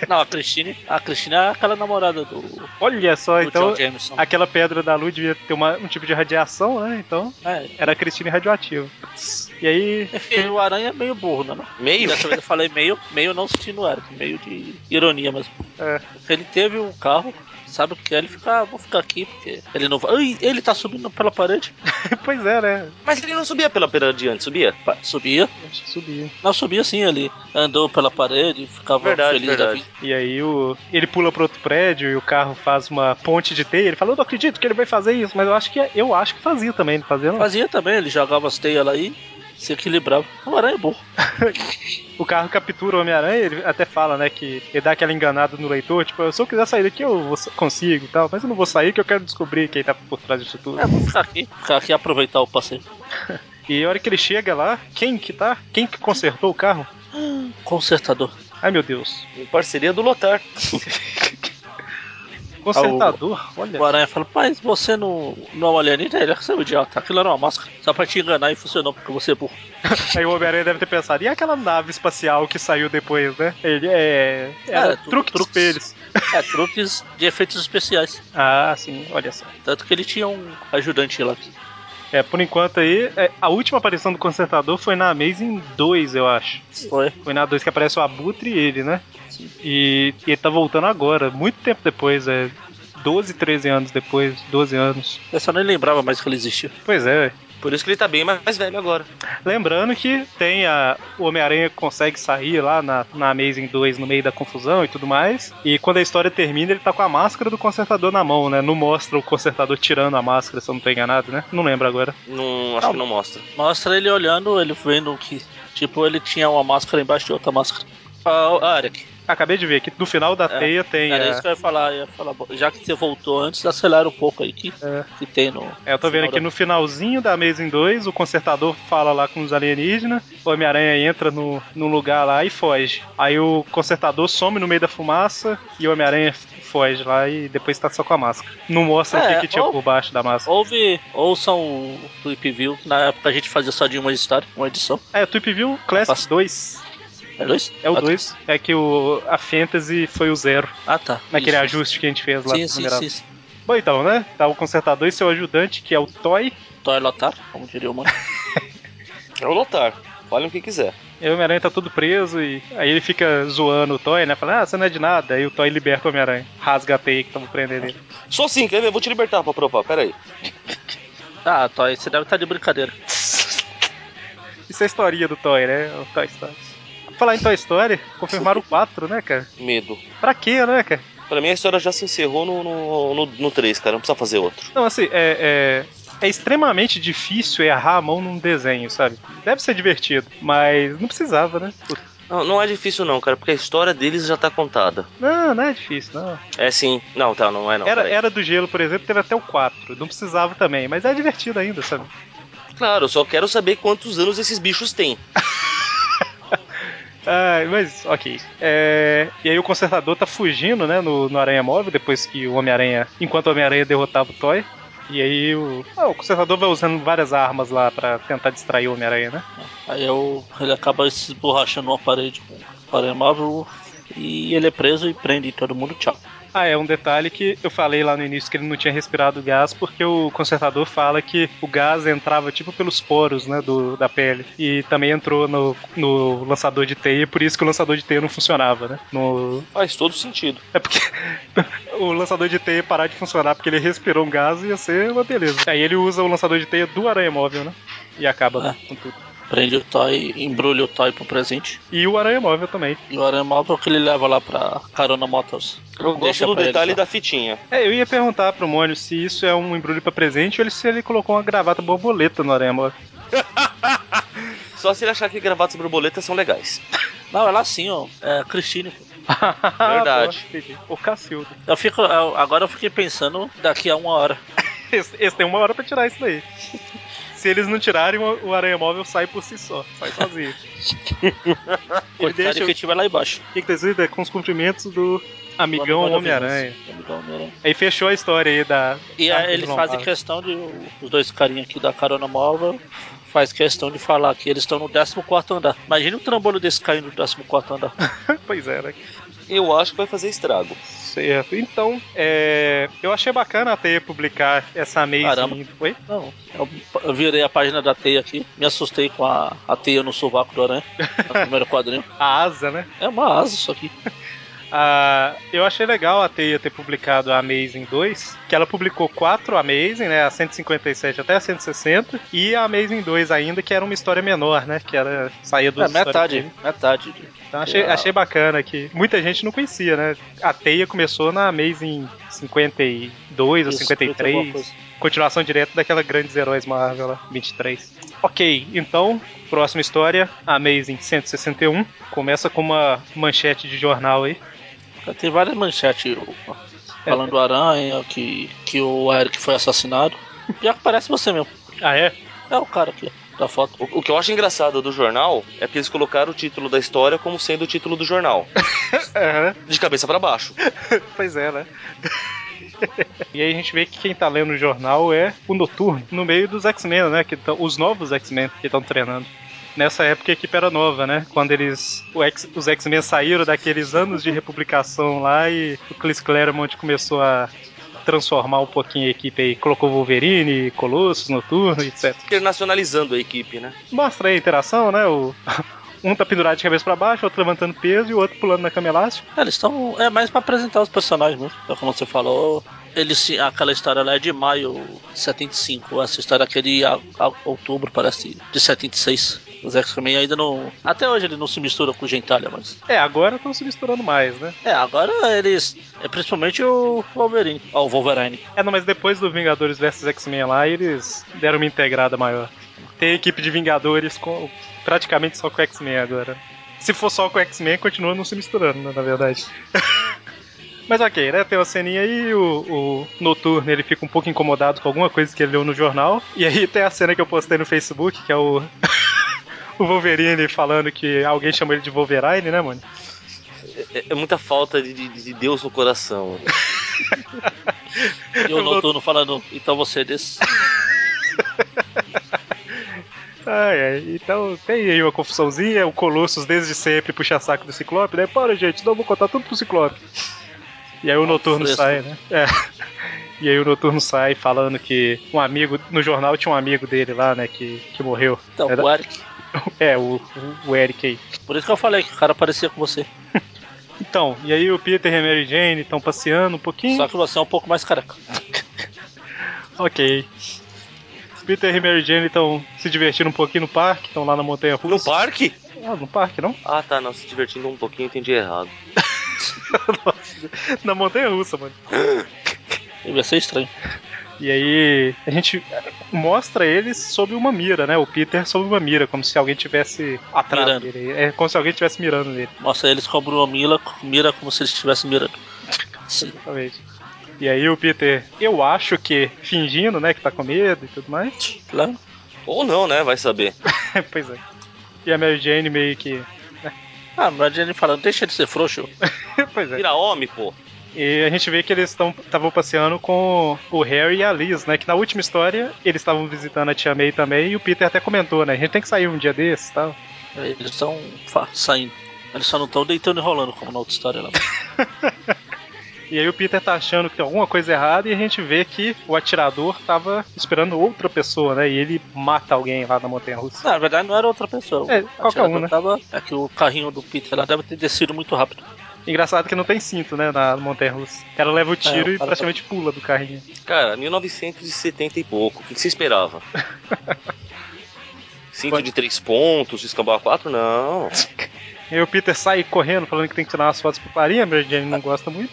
C: Não, a Cristine. A Cristina é aquela namorada do, do
A: Olha só, então.
C: John Jameson.
A: Aquela pedra da luz devia ter uma- um tipo de radiação, né? Então,
C: É,
A: era a Cristine radioativa. E aí,
C: enfim, o aranha é meio burro, né? não?
D: Meio?
C: Dessa vez eu falei meio, meio não sentindo o Eric, meio de ironia mesmo.
A: É.
C: Ele teve um carro, sabe o que é? Ele fica, ah, vou ficar aqui, porque ele não vai. Ai, ele tá subindo pela parede.
A: pois é, né?
D: Mas ele não subia pela beira de antes, subia?
C: Pa- Subia.
A: Acho que subia.
C: Não, subia sim, ele andou pela parede, ficava
D: Verdade,
C: feliz da
D: verdade.
C: vida.
A: E aí o, ele pula pro outro prédio e o carro faz uma ponte de teia. Ele fala, eu não acredito que ele vai fazer isso, mas eu acho que é, eu acho que fazia também, não fazia não.
C: Hum. Fazia também, ele jogava as teias lá e se equilibrava. O aranha é burro.
A: O carro captura o Homem-Aranha, ele até fala, né, que ele dá aquela enganada no leitor, tipo, se eu quiser sair daqui eu vou- consigo e tal, mas eu não vou sair que eu quero descobrir quem tá por trás disso tudo.
C: É, vou ficar aqui, ficar aqui e aproveitar o passeio.
A: E a hora que ele chega lá, quem que tá? Quem que consertou o carro?
C: Consertador.
A: Ai meu Deus.
D: Em parceria do Lotar.
A: Consertador, olha.
C: O Aranha fala, mas você não, não é um alienígena? Ele é seu idiota, aquilo era uma máscara. Só pra te enganar e funcionou, porque você é burro.
A: Aí o Homem-Aranha deve ter pensado, e aquela nave espacial que saiu depois, né? Ele é. Era
C: É, tu-
A: truque dos
C: truques.
A: espelhos.
C: É, truques de efeitos especiais.
A: Ah, sim, olha só.
C: Tanto que ele tinha um ajudante lá.
A: É, por enquanto aí, é, a última aparição do Consertador foi na Amazing 2, eu acho.
C: Foi.
A: Foi na 2 que aparece o Abutre e ele, né? E, e ele tá voltando agora, muito tempo depois, é 12, 13 anos depois, 12 anos.
C: Eu só nem lembrava mais que ele existia.
A: Pois é,
D: Por isso que ele tá bem mais mais velho agora.
A: Lembrando que tem a. O Homem-Aranha consegue sair lá na, na Amazing 2 no meio da confusão e tudo mais. E quando a história termina, ele tá com a máscara do consertador na mão, né? Não mostra o consertador tirando a máscara, se eu não tô enganado, né? Não lembro agora.
D: Não, acho que não mostra.
C: Mostra ele olhando, ele vendo que, tipo, ele tinha uma máscara embaixo de outra máscara. Ah, ah, Eric,
A: Acabei de ver que no final da
C: É,
A: teia tem.
C: era
A: é,
C: isso que eu ia falar, eu ia falar. bom, Já que você voltou antes, acelera um pouco aí que,
A: É.
C: que tem no.
A: É, eu tô vendo aqui no finalzinho da Amazing 2, o consertador fala lá com os alienígenas, o Homem-Aranha entra no, num lugar lá e foge. Aí o consertador some no meio da fumaça e o Homem-Aranha f- foge lá e depois tá só com a máscara. Não mostra o
C: É,
A: que, que tinha
C: ou-
A: por baixo da máscara.
C: Houve, ouçam o Flip View, que na época a gente fazia só de uma história, uma edição.
A: É, o Tweep View Classic
C: Passa.
A: 2.
C: É dois?
A: É o
C: Ah,
A: 2. É que o, a Fantasy foi o zero,
C: Ah, tá.
A: naquele
C: Isso.
A: ajuste é que a gente fez lá
C: Sim,
A: no
C: sim,
A: numerado.
C: sim, sim.
A: Bom, então, né? Tá o consertador e seu ajudante, que é o Toy.
C: Toy Lotar, como diria o mano.
D: É o Lotar. Falem o que quiser.
A: E o Homem-Aranha tá todo preso e aí ele fica zoando o Toy, né? Fala, ah, você não é de nada. Aí o Toy liberta o Homem-Aranha. Rasga a teia que tava prendendo ele.
D: Sou sim, quer ver? Vou te libertar, papropá. Pera aí.
C: Ah, Toy, você deve estar de brincadeira.
A: Isso é a historinha do Toy, né? O Toy Story. Falar em Toy Story, confirmaram o 4, né, cara?
D: Medo.
A: Pra quê, né, cara?
D: Pra mim a história já se encerrou no, no, no, no 3, cara. Não precisa fazer outro.
A: Não, assim, é, é, é extremamente difícil errar a mão num desenho, sabe? Deve ser divertido, mas não precisava, né?
D: Não, não é difícil não, cara, porque a história deles já tá contada.
A: Não, não é difícil, não.
D: É sim. Não, tá, não é não.
A: Era,
D: peraí.
A: era do Gelo, por exemplo, teve até o 4. Não precisava também, mas é divertido ainda, sabe?
D: Claro, eu só quero saber quantos anos esses bichos têm.
A: Ah, mas, ok. É, e aí o Consertador tá fugindo, né, no, no Aranha Móvel, depois que o Homem-Aranha... Enquanto o Homem-Aranha derrotava o Toy. E aí o... Ah, o Consertador vai usando várias armas lá pra tentar distrair o Homem-Aranha, né?
C: Aí eu, ele acaba se esborrachando numa parede com o aranha móvel e ele é preso e prende todo mundo, tchau.
A: Ah, é um detalhe que eu falei lá no início que ele não tinha respirado gás, porque o consertador fala que o gás entrava tipo pelos poros, né, do, da pele. E também entrou no, no lançador de teia, por isso que o lançador de teia não funcionava, né? No,
D: Faz todo sentido.
A: é porque o lançador de teia parar de funcionar porque ele respirou um gás e ia ser uma beleza. Aí ele usa o lançador de teia do aranha móvel, né? e acaba
C: Ah.
A: com tudo.
C: Prende o Toy, embrulha o Toy pro presente.
A: E o Aranha Móvel também.
C: E o Aranha Móvel que ele leva lá pra Carona Motors.
D: Eu gosto
C: Deixa
D: do
C: pra ele,
D: detalhe
C: tá?
D: da fitinha.
A: É, eu ia perguntar pro Mônio se isso é um embrulho pra presente ou ele- se ele colocou uma gravata borboleta no Aranha Móvel.
D: Só se ele achar que gravatas e borboletas são legais.
C: Não, é lá sim, ó. É Cristine.
D: Verdade.
A: Pô, entendi. o Cacildo.
C: Eu fico. eu- agora eu fiquei pensando daqui a uma hora.
A: Eles, eles têm uma hora pra tirar isso daí. Se eles não tirarem, o o Aranha Móvel sai por si só, sai sozinho. ele
C: Coitado
A: deixa
C: que
A: o
C: tiver é lá embaixo.
A: que tá escrito é, com os cumprimentos do amigão
C: Quando- quando eu vi
A: Homem-Aranha.
C: isso. Amigão um Homem-Aranha.
A: Aí fechou a história aí da.
C: E
A: da
C: aí eles
A: Marvel
C: fazem
A: Lombardi.
C: questão de. Os dois carinhos aqui da Carona Móvel faz questão de falar que eles estão no 14 andar. Imagina um trambolho desse caindo no 14 andar.
A: Pois é, né?
D: Eu acho que vai fazer estrago.
A: Certo. Então, é, eu achei bacana até publicar essa amazing.
C: Caramba.
A: Oi?
C: Não, eu, eu virei a página da teia aqui, me assustei com a, a teia no sovaco do aranha, no primeiro quadrinho.
A: A asa, né?
C: É uma asa isso aqui.
A: Ah, eu achei legal a Teia ter publicado a Amazing 2, que ela publicou quatro Amazing, né, a 157 até a 160, e a Amazing 2 ainda, que era uma história menor, né, que era saía do
C: É metade, metade. de-
A: Então achei,
C: Ah.
A: achei bacana que muita gente não conhecia, né? A Teia começou na Amazing 52 ou
C: isso,
A: 53,
C: alguma coisa.
A: continuação direta daquela Grandes Heróis Marvel lá, 23. Ok, então, próxima história, Amazing 161, começa com uma manchete de jornal aí.
C: Tem várias manchetes ó, falando do aranha, que, que o Eric foi assassinado. Pior que parece você mesmo.
A: Ah, é?
C: É o cara aqui, ó, da foto.
D: O, o que eu acho engraçado do jornal é que eles colocaram o título da história como sendo o título do jornal.
A: Aham.
D: De cabeça pra baixo.
A: Pois é, né? e aí a gente vê que quem tá lendo o jornal é o Noturno, no meio dos X-Men, né? Que tão, os novos X-Men que estão treinando. Nessa época a equipe era nova, né? Quando eles. o X- os X-Men saíram daqueles anos de republicação lá e o Chris Claremont começou a transformar um pouquinho a equipe aí. Colocou Wolverine, Colossus, Noturno, etc.
D: Internacionalizando a equipe, né?
A: Mostra aí a interação, né? O. Um tá pendurado de cabeça pra baixo, outro levantando peso e o outro pulando na cama elástica.
C: É, eles estão. É mais pra apresentar os personagens mesmo. Então, como você falou, eles, se- aquela história lá é de maio de 75. Essa história aqui é de a- a- outubro, parece, de 76. Os X-Men ainda não. Até hoje ele não se mistura com gentalha, mas.
A: É, agora estão se misturando mais, né?
C: É, agora eles. É principalmente o Wolverine. Ó, o Wolverine.
A: É, não, mas depois do Vingadores vs X-Men lá, eles deram uma integrada maior. Tem equipe de Vingadores com praticamente só com X-Men agora. Se for só com X-Men, continua não se misturando, né, na verdade. mas ok, né? Tem uma ceninha aí, o, o Noturno ele fica um pouco incomodado com alguma coisa que ele leu no jornal. E aí tem a cena que eu postei no Facebook, que é o. o Wolverine falando que alguém chamou ele de Wolverine, né, mano?
D: É, é muita falta de, de- de Deus no coração.
C: E o Noturno falando, então você desce.
A: Ai, ai, então tem aí uma confusãozinha, o Colossus desde sempre puxa saco do Ciclope, né? Para, gente, não vou contar tudo pro Ciclope. E aí o Noturno
C: fresco.
A: sai, né? É. E aí o Noturno sai falando que um amigo, no jornal tinha um amigo dele lá, né, que, que morreu.
C: Então,
A: Era-
C: o Eric.
A: É, o, o, o Eric aí.
C: Por isso que eu falei que o cara parecia com você.
A: Então, e aí o Peter e a Mary Jane estão passeando um pouquinho.
C: Só que você é um pouco mais careca.
A: Ok. Peter e Mary Jane estão se divertindo um pouquinho no parque, estão lá na montanha russa.
D: No parque?
A: Ah, no parque, não?
D: Ah, tá. Não, se divertindo um pouquinho, entendi errado.
A: na montanha russa, mano.
C: Ia ser estranho.
A: E aí a gente mostra eles sob uma mira, né? O Peter sob uma mira, como se alguém tivesse atrás
C: Mirando.
A: dele. É como se alguém tivesse mirando nele,
C: Mostra eles com a Bruna Mila, mira como se eles estivessem mirando. Sim.
A: talvez. E aí o Peter, eu acho que fingindo, né, que tá com medo e tudo mais.
C: Claro.
D: Ou não, né? Vai saber.
A: pois é. E a Mary Jane meio que.
C: Ah, mas ele falando, deixa de ser frouxo.
A: pois é.
D: Vira homem, pô.
A: E a gente vê que eles estavam passeando com o Harry e a Liz, né? Que na última história eles estavam visitando a Tia May também. E o Peter até comentou, né? A gente tem que sair um dia desses e tal.
C: Eles estão fa- saindo. Eles só não estão deitando e rolando, como na outra história lá.
A: E aí o Peter tá achando que tem alguma coisa errada e a gente vê que o atirador tava esperando outra pessoa, né? E ele mata alguém lá na montanha russa.
C: Não, Ah, na verdade não era outra pessoa.
A: É,
C: O
A: qualquer
C: atirador
A: um, né?
C: Tava... É que o carrinho do Peter lá deve ter descido muito rápido.
A: Engraçado que não tem cinto, né, na montanha russa. O cara leva o tiro
C: É, o
A: e
C: cara-
A: praticamente pula do carrinho.
D: Cara, 1970 e pouco. O que que você esperava? Cinto de três pontos, escambau a quatro, não.
A: E o Peter sai correndo, falando que tem que tirar umas fotos pra Paris. A Mary Jane não gosta muito.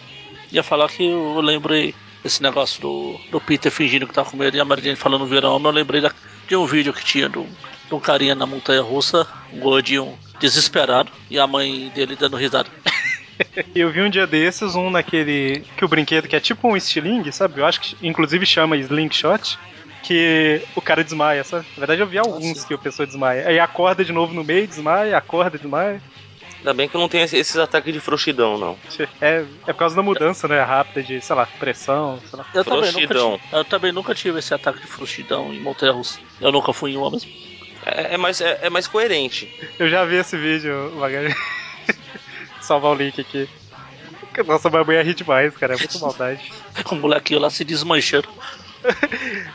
C: Ia falar que eu lembrei esse negócio do, do Peter fingindo que tava com medo e a Mary Jane falando verão, mas eu lembrei da- de um vídeo que tinha de um, de um carinha na montanha russa, um gordinho desesperado, e a mãe dele dando risada.
A: Eu vi um dia desses um naquele. que o brinquedo que é tipo um estilingue, sabe? Eu acho que inclusive chama slingshot. Que o cara desmaia, sabe? Na verdade, eu vi alguns
C: sim.
A: que o pessoa desmaia. Aí acorda de novo no meio, desmaia, acorda, desmaia.
D: Ainda bem que eu não tenho esse- esses ataques de frouxidão, não.
A: É, é por causa da mudança, né? Rápida de, sei lá, pressão, sei lá.
C: Eu também, nunca
D: Frouxidão.
C: tive, eu também nunca tive esse ataque de frouxidão em montanha russa. Eu nunca fui em uma mesmo.
D: É, é mais, é, é mais coerente.
A: Eu já vi esse vídeo, Magari. Salvar o link aqui. Nossa, minha mulher ri demais, cara. É muito maldade.
C: O molequinho lá se desmanchando.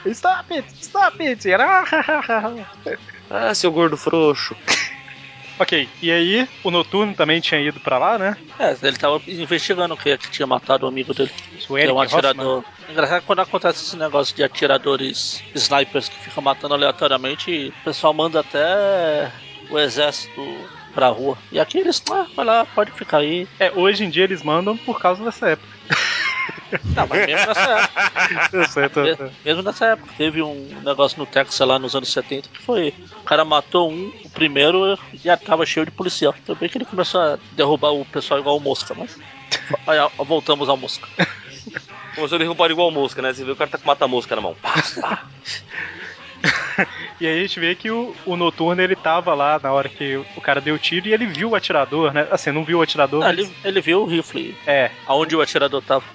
A: Stop it! Stop it!
D: Ah, seu gordo frouxo.
A: ok, e aí o Noturno também tinha ido pra lá, né?
C: É, ele tava investigando quem é que tinha matado o amigo dele.
A: O
C: Que é
A: Eric
C: um
A: Hoffman.
C: atirador. Engraçado que quando acontece esse negócio de atiradores snipers que ficam matando aleatoriamente, o pessoal manda até o exército pra rua. E aqui eles, ah, vai lá, pode ficar aí.
A: É, hoje em dia eles mandam por causa dessa época.
C: Não, Tá, mas mesmo nessa época,
A: Eu sei, tô- tô-
C: me- mesmo nessa época, teve um negócio no Texas lá nos anos 70 que foi. O cara matou um, o primeiro já tava cheio de policial. Também que ele começou a derrubar o pessoal igual o mosca, mas. Aí, ó, voltamos ao mosca.
D: Começou a derrubar igual mosca, né? Você vê o cara tá com mata-mosca na mão. Pá, pá.
A: E aí a gente vê que o, o Noturno ele tava lá na hora que o cara deu o tiro e ele viu o atirador, né? Assim, não viu o atirador.
C: Ah,
A: mas-
C: ele, ele viu o rifle,
A: É,
C: aonde o atirador tava.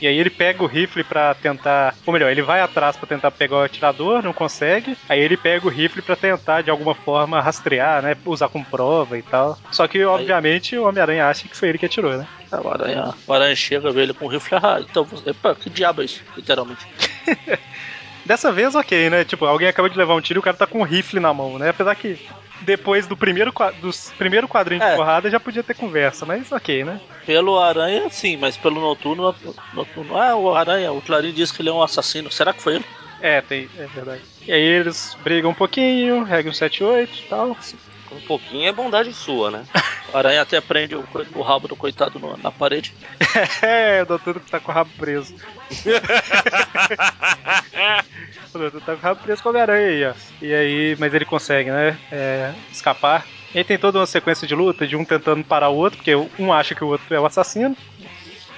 A: E aí ele pega o rifle pra tentar, ou melhor, ele vai atrás pra tentar pegar o atirador, não consegue. Aí ele pega o rifle pra tentar de alguma forma rastrear, né, usar como prova e tal. Só que obviamente o Homem-Aranha acha que foi ele que atirou, né?
C: Ah, O aranha, o aranha chega, vê ele com o rifle, ah, então, você- epa, que diabo é isso, literalmente.
A: Dessa vez, ok, né? Tipo, alguém acaba de levar um tiro e o cara tá com um rifle na mão, né? Apesar que depois do primeiro qua- dos primeiro quadrinho de
C: É.
A: porrada já podia ter conversa, mas ok, né?
C: Pelo aranha, sim, mas pelo noturno, noturno, ah, o aranha, o Clarim diz que ele é um assassino, será que foi ele?
A: É, tem, é verdade. E aí eles brigam um pouquinho, regra 178 e tal.
D: Um pouquinho é bondade sua, né?
C: Então, O aranha até prende o, coi- o rabo do coitado no- na parede.
A: É, o doutor tá com o rabo preso. o doutor tá com o rabo preso com o Homem-Aranha aí, ó. E aí, mas ele consegue, né? é, escapar. E aí tem toda uma sequência de luta, de um tentando parar o outro, porque um acha que o outro é o assassino.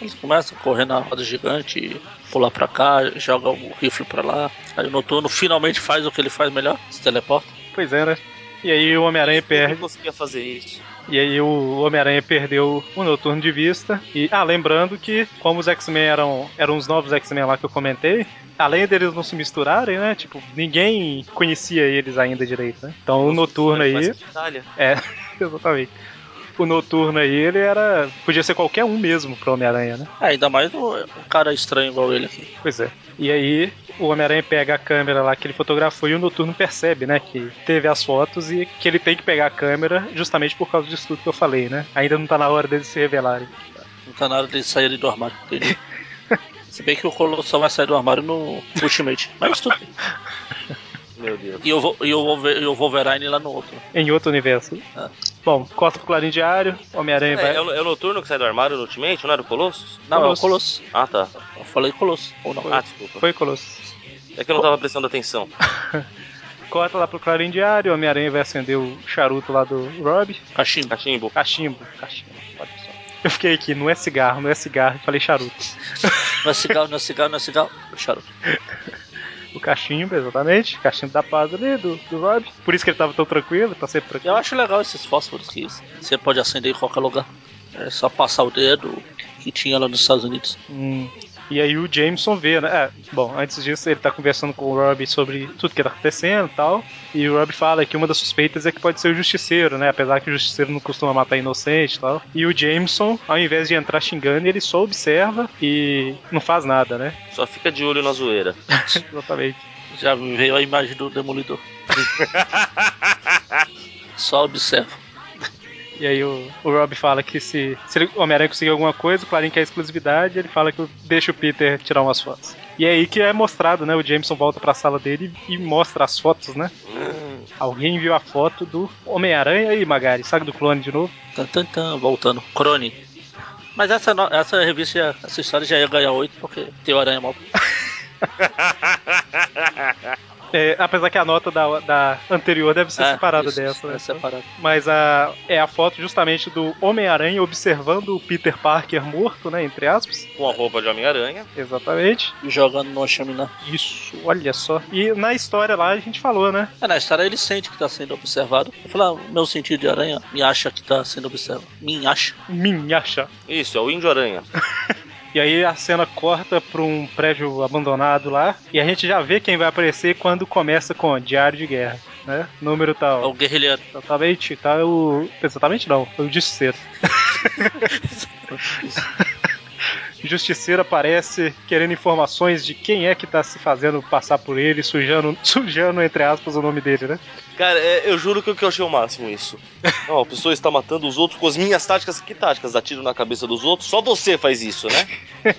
C: Eles começam a correr na roda gigante, pular pra cá, joga o rifle pra lá. Aí o noturno finalmente faz o que ele faz melhor, se teleporta.
A: Pois é, né? E aí o Homem-Aranha
D: Eu não
A: perde.
D: conseguia fazer isso.
A: E aí o Homem-Aranha perdeu o Noturno de vista. E, ah, lembrando que, como os X-Men eram, eram os novos X-Men lá que eu comentei, além deles não se misturarem, né? Tipo, ninguém conhecia eles ainda direito, né? Então o Noturno aí.
D: Faz batalha.
A: É, exatamente. O Noturno aí, ele era. Podia ser qualquer um mesmo pro Homem-Aranha, né?
C: É, ainda mais um um cara estranho igual ele aqui.
A: Pois é. E aí, o Homem-Aranha pega a câmera lá que ele fotografou e o Noturno percebe, né? Que teve as fotos e que ele tem que pegar a câmera justamente por causa disso tudo que eu falei, né? Ainda não tá na hora deles se revelarem.
C: Não tá nada de sair do armário, entendi. Se bem que o Colossal vai sair do armário no Ultimate. Mas tudo bem.
D: Meu Deus.
C: E eu vou, e eu vou ver, eu vou ver lá no outro.
A: Em outro universo.
C: Ah.
A: Bom, corta pro Clarim Diário, Homem-Aranha
D: É,
A: vai.
D: é o, é o noturno que sai do armário no Ultimate, não era o Colossus?
C: Não, é o
A: Colosso.
C: Colosso.
D: Ah, tá.
C: Eu falei Colosso, ou não?
D: Ah, desculpa.
A: Foi, Colossus.
D: É que eu não tava prestando atenção.
A: Corta lá pro Clarim Diário, Homem-Aranha vai acender o charuto lá do Rob.
C: Ah, cachimbo.
D: Cachimbo.
A: Cachimbo. Cachimbo, olha só. Eu fiquei aqui, não é cigarro, não é cigarro, falei charuto.
C: Não é cigarro, não é cigarro, não é cigarro. O charuto.
A: O cachimbo, exatamente. Cachimbo da paz ali, do, do Rob. Por isso que ele tava tão tranquilo, tá sempre
C: Eu
A: tranquilo.
C: acho legal esses fósforos que você pode acender em qualquer lugar. É só passar o dedo que tinha lá nos Estados Unidos.
A: Hum. E aí o Jameson vê, né? É, bom, antes disso ele tá conversando com o Rob sobre tudo que tá acontecendo e tal. E o Rob fala que uma das suspeitas é que pode ser o Justiceiro, né? Apesar que o Justiceiro não costuma matar inocente e tal. E o Jameson, ao invés de entrar xingando, ele só observa e não faz nada, né?
D: Só fica de olho na zoeira.
A: Exatamente.
C: Já me veio a imagem do Demolidor. só observa.
A: E aí o, o Rob fala que se, se ele- o Homem-Aranha conseguir alguma coisa, o Clarim quer exclusividade, ele fala que deixa o Peter tirar umas fotos. E é aí que é mostrado, né? O Jameson volta pra sala dele e, e mostra as fotos, né? Alguém viu a foto do Homem-Aranha aí, Magari? Saga do clone de novo?
C: Tan, tan, tan, voltando. Crone. Mas essa, no- essa revista, já- essa história já ia ganhar 8 porque tem o Aranha mal.
A: É, apesar que a nota da, da anterior deve ser separada dessa, né?
C: Ah, É separado.
A: Mas a, é a foto justamente do Homem-Aranha observando o Peter Parker morto, né? Entre aspas.
D: Com a roupa de Homem-Aranha.
A: Exatamente.
C: Jogando numa chaminé.
A: Isso, olha só. E na história lá a gente falou, né?
C: É, na história ele sente que tá sendo observado. Ele fala, ah, o meu sentido de aranha me acha que tá sendo observado. Me acha.
A: Minhacha.
D: Isso, é o Índio Aranha.
A: E aí a cena corta pra um prédio abandonado lá. E a gente já vê quem vai aparecer quando começa com Diário de Guerra, né? Número
C: É o
A: tal.
C: guerrilheiro.
A: Exatamente, tá? O... Exatamente não, eu disse cedo. Justiceiro aparece querendo informações de quem é que tá se fazendo passar por ele, sujando, sujando entre aspas, o nome dele, né?
D: Cara, é, eu juro que eu que eu achei o máximo isso. Não, a pessoa está matando os outros com as minhas táticas. Que táticas? Atiro na cabeça dos outros? Só você faz isso, né?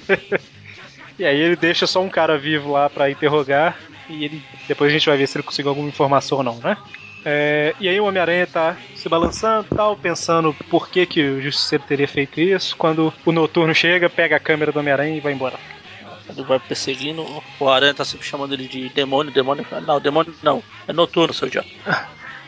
A: E aí ele deixa só um cara vivo lá pra interrogar e ele depois a gente vai ver se ele conseguiu alguma informação ou não, né? É, e aí o Homem-Aranha tá se balançando tal, pensando por que, que o Justiceiro teria feito isso, quando o Noturno chega, pega a câmera do Homem-Aranha e vai embora.
C: Ele vai perseguindo. O aranha tá sempre chamando ele de demônio, demônio. Ele fala, Não, demônio não. É noturno, seu diabo.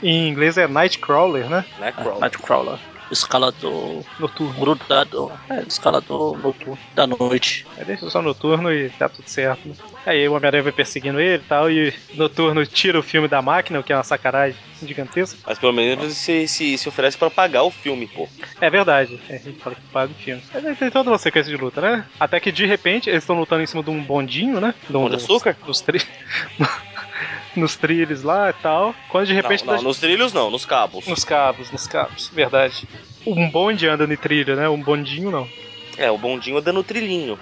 A: Em inglês é Nightcrawler, né?
D: Necron.
C: É, Nightcrawler. Escalador Uhum.
A: Noturno.
C: grudado. É, escalador noturno da noite.
A: Mas deixa só Noturno e tá tudo certo. né? Aí o Homem-Aranha vai perseguindo ele e tal, e Noturno tira o filme da máquina, o que é uma sacanagem gigantesca.
D: Mas pelo menos se, se, se oferece pra pagar o filme, pô.
A: É verdade. É, ele fala que paga o filme. Mas aí tem toda uma sequência de luta, né? Até que de repente eles estão lutando em cima de um bondinho, né? De um,
D: Pão de açúcar?
A: Nos, tri... nos trilhos lá e tal. Quando de repente.
D: não,
A: dá-
D: não, nos trilhos não, nos cabos.
A: Nos cabos, nos cabos, verdade. Um bonde anda em trilha, né? Um bondinho não.
D: É, o bondinho dando trilhinho.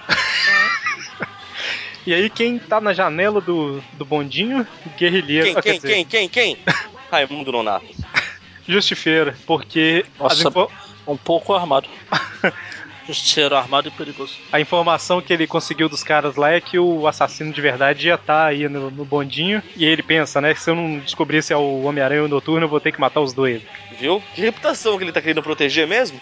A: E aí quem tá na janela do, do bondinho? O guerrilheiro.
D: Quem,
A: ah, quer
D: quem,
A: dizer,
D: quem, quem, quem? Raimundo Nonato.
A: Justifeira, porque
C: Nossa.
A: as info-
C: Um pouco armado. Justiceiro armado e perigoso.
A: A informação que ele conseguiu dos caras lá é que o assassino de verdade ia estar aí no, no bondinho. E ele pensa, né? Se eu não descobrir se é o Homem-Aranha ou o Noturno, eu vou ter que matar os dois.
D: Viu? Que reputação que ele tá querendo proteger mesmo?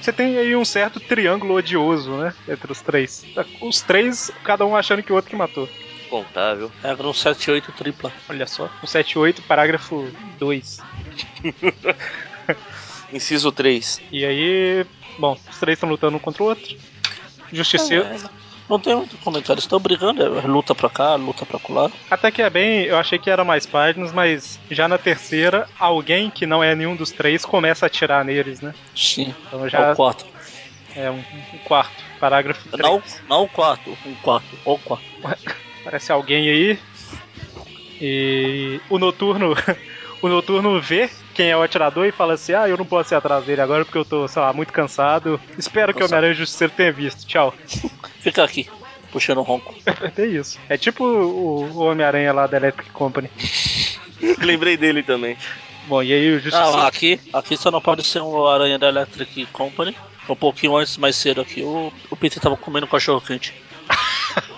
A: Você tem aí um certo triângulo odioso, né? Entre os três. Os três, cada um achando que o outro que matou.
D: Contável.
C: Regra 178 tripla.
A: Olha só. 178, parágrafo 2.
D: Inciso 3.
A: E aí. Bom, os três estão lutando um contra o outro. Justiceiro.
C: É, Não tem muito comentário. Estão brigando. é luta pra cá, luta pra colar.
A: Até que é bem, eu achei que era mais páginas, mas já na terceira, alguém que não é nenhum dos três começa a atirar neles, né?
C: Sim.
A: Então
C: Já... É
A: já
C: o quarto.
A: É um, um quarto, parágrafo 3.
C: Não, não o quarto. Um quarto. O quarto.
A: Aparece alguém aí. E o noturno. O noturno vê quem é o atirador e fala assim: Ah, eu não posso ir atrás dele agora porque eu tô, sei lá, muito cansado. Espero que o
C: Cansado.
A: Homem-Aranha e o Justiceiro tenha visto. Tchau.
C: Fica aqui. Puxando o ronco.
A: É isso. É tipo o, o Homem-Aranha lá da Electric Company.
D: Lembrei dele também.
A: Bom, e aí o Justiceiro.
C: Não, Ah, aqui, aqui só não pode ser um aranha da Electric Company. Um pouquinho antes, mais cedo aqui, o, o Peter tava comendo cachorro quente.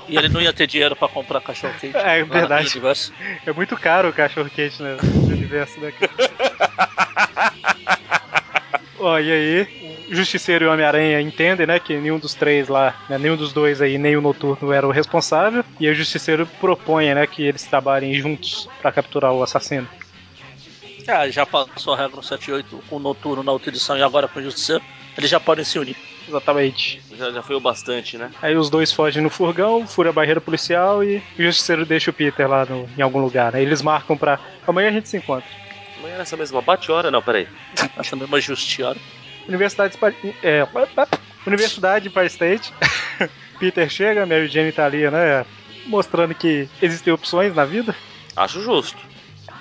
C: e ele não ia ter dinheiro pra comprar cachorro quente.
A: É,
C: lá naquele
A: verdade.
C: universo.
A: É muito caro o cachorro quente né, no universo daqui. Ó, e aí, o Justiceiro e o Homem-Aranha entendem, né, que nenhum dos três lá, né, nenhum dos dois aí, nem o Noturno era o responsável, e aí o Justiceiro propõe, né, que eles trabalhem juntos pra capturar o assassino.
C: Ah, já passou a regra 78 com o noturno na utilização e agora com o justiceiro. Eles já podem se unir.
A: Exatamente.
D: Já, já foi o bastante, né?
A: Aí os dois fogem no furgão, furam a barreira policial e o Justiceiro deixa o Peter lá no- em algum lugar, né, eles marcam pra... Amanhã a gente se encontra.
D: Amanhã nessa mesma bate-hora? Não, peraí.
C: Essa mesma justiara.
A: Universidade Spa- é, Universidade Empire State. Peter chega, Mary Jane tá ali, né? Mostrando que existem opções na vida.
D: Acho justo.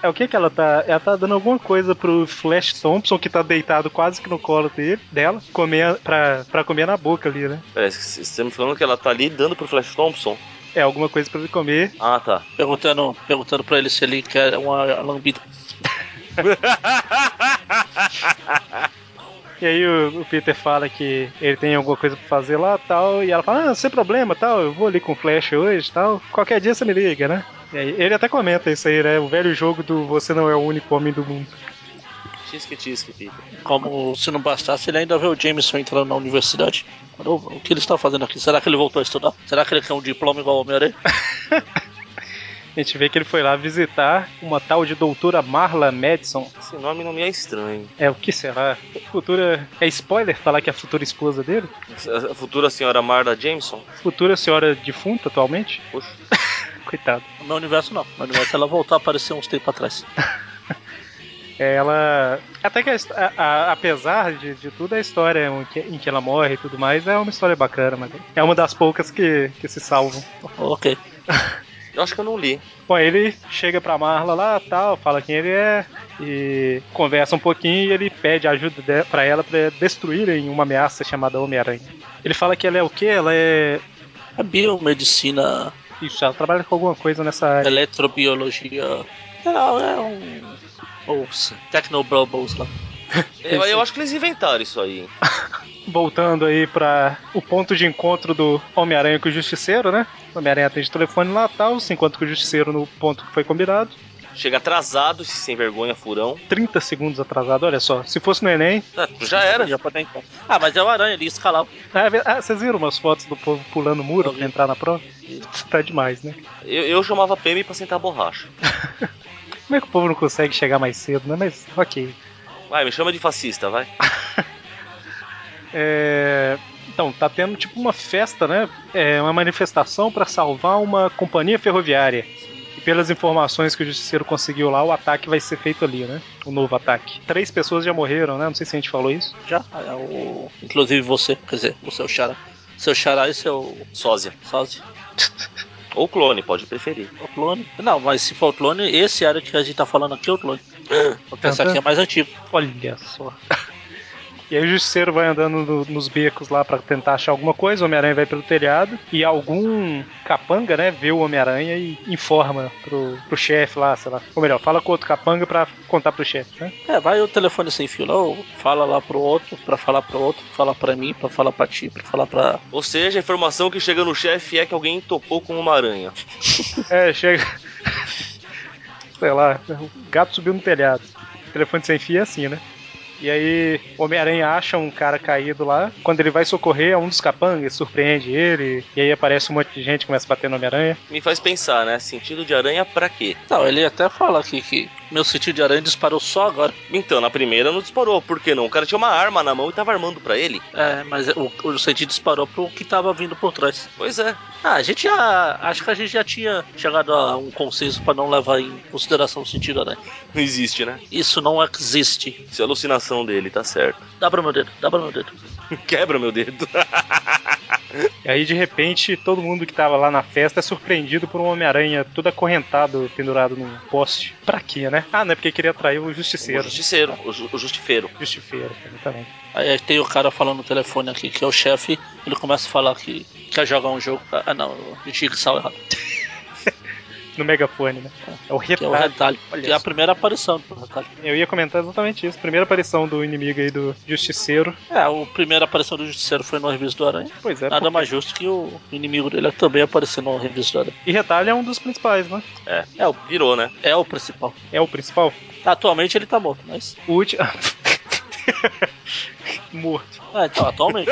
A: É o que que ela tá? Ela tá dando alguma coisa pro Flash Thompson, que tá deitado quase que no colo dele, dela, comer, pra, pra comer na boca ali, né?
D: Peraí, vocês estão me falando que ela tá ali dando pro Flash Thompson?
A: É alguma coisa pra ele comer.
D: Ah, tá.
C: Perguntando, perguntando pra ele se ele quer uma lambida.
A: E aí o, o Peter fala que ele tem alguma coisa pra fazer lá tal. E ela fala: Ah, sem problema, tal. Eu vou ali com o Flash hoje tal. Qualquer dia você me liga, né? E aí, ele até comenta isso aí, né? O velho jogo do Você não é o único homem do mundo.
D: Tisque, tisque, Peter.
C: Como se não bastasse, ele ainda vê o Jameson entrando na universidade. Falou, O que ele está fazendo aqui? Será que ele voltou a estudar? Será que ele quer um diploma igual ao Homem-Aranha?
A: A gente vê que ele foi lá visitar uma tal de doutora Marla Madison.
D: Esse nome não me é estranho.
A: É, o que será? Futura. É spoiler falar que é a futura esposa dele?
D: A futura senhora Marla Jameson?
A: Futura senhora defunta atualmente?
D: Poxa.
A: Coitado.
C: No meu universo, não. No meu universo, ela voltou a aparecer uns tempos atrás.
A: É, Ela. Até que, a his- a- a- apesar de, de tudo, a história em que, em que ela morre e tudo mais é uma história bacana, mas é uma das poucas que, que se salvam.
C: Então, Ok.
D: Eu acho que eu não li.
A: Bom, ele chega pra Marla lá tal, fala quem ele é e conversa um pouquinho e ele pede ajuda de, pra ela pra destruírem uma ameaça chamada Homem-Aranha. Ele fala que ela é o quê? Ela é.
C: A biomedicina,
A: Ixi, ela trabalha com alguma coisa nessa área.
C: eletrobiologia. Não, é um. Ouça, Technobubbles lá.
D: Eu, É, eu acho que eles inventaram isso aí.
A: Voltando aí pra o ponto de encontro do Homem-Aranha com o Justiceiro, né? O Homem-Aranha atende o telefone lá tal, se encontra com o Justiceiro no ponto que foi combinado.
D: Chega atrasado, esse sem vergonha, furão.
A: 30 segundos atrasado, olha só. Se fosse no Enem.
D: Ah, Já era.
C: Já pode entrar. Ah, mas é o aranha, ele escalava.
A: Ah, ve- ah, vocês viram umas fotos do povo pulando o muro pra entrar na prova? Tá demais, né?
D: Eu, eu chamava Pemi pra sentar a borracha.
A: Como é que o povo não consegue chegar mais cedo, né? Mas ok.
D: Vai, me chama de fascista, vai.
A: É, Então, tá tendo tipo uma festa, né? É uma manifestação pra salvar uma companhia ferroviária. E pelas informações que o justiceiro conseguiu lá, o ataque vai ser feito ali, né? O novo ataque. Três pessoas já morreram, né? Não sei se a gente falou isso.
C: Já? É o... Inclusive você, quer dizer, o seu Xará. Seu Xará é e seu
D: Sósia.
C: Sozzi,
D: Ou clone, pode preferir.
C: o clone. Não, mas se for o clone, esse área que a gente tá falando aqui é o clone.
D: Ah,
C: Porque essa
D: tá.
C: aqui é mais antiga.
A: Olha só. E aí o justiceiro vai andando no- nos becos lá pra tentar achar alguma coisa, o Homem-Aranha vai pelo telhado, e algum capanga, né, vê o Homem-Aranha e informa pro, pro chefe lá, sei lá. Ou melhor, fala com outro capanga pra contar pro chefe, né?
C: É, vai o telefone sem fio lá, ou fala lá pro outro, pra falar pro outro, falar pra mim, pra falar pra ti, pra falar pra.
D: Ou seja, a informação que chega no chefe é que alguém topou com uma aranha.
A: É, chega. sei lá, o gato subiu no telhado. O telefone sem fio é assim, né? E aí, o Homem-Aranha acha um cara caído lá. Quando ele vai socorrer, é um dos capangas, surpreende ele. E aí aparece um monte de gente, começa a bater no Homem-Aranha.
D: Me faz pensar, né? Sentido de aranha pra quê?
C: Não, ele até fala aqui que meu sentido de aranha disparou só agora.
D: Então, na primeira não disparou, por que não? O cara tinha uma arma na mão e tava armando pra ele.
C: É, mas o, o sentido disparou pro que tava vindo por trás.
D: Pois é.
C: Ah, a gente já. Acho que a gente já tinha chegado a um consenso pra não levar em consideração o sentido aranha.
D: Não existe, né?
C: Isso não existe.
D: Isso é alucinação dele, tá certo.
C: Dá pra meu dedo, dá pra meu dedo.
D: Quebra meu dedo.
A: E aí, de repente, todo mundo que tava lá na festa é surpreendido por um Homem-Aranha todo acorrentado, pendurado num poste. Pra quê, né? Ah, não é porque queria atrair o
D: O
A: Justiceiro.
D: justiceiro, o, ju- o justifeiro.
A: Justifeiro, tá exatamente.
C: Aí aí tem o cara falando no telefone aqui, que é o chefe, ele começa a falar que quer jogar um jogo. Ah, não, eu tinha que sal errado.
A: Tipo, No megafone, né? É o
C: Que é o
A: retalho.
C: retalho.
A: Olha
C: Que é a
A: só.
C: primeira aparição do retalho.
A: Eu ia comentar exatamente isso. Primeira aparição do inimigo aí do Justiceiro.
C: É, a primeira aparição do Justiceiro foi no Revista do Aranha.
A: Pois é.
C: Nada mais justo que o inimigo dele também aparecer no Revista do Aranha.
A: E retalho é um dos principais, né?
C: É o,
D: Virou, né?
C: é o principal.
A: É o principal.
C: Atualmente ele tá morto, mas.
A: O último. Morto.
C: Ah, então, atualmente.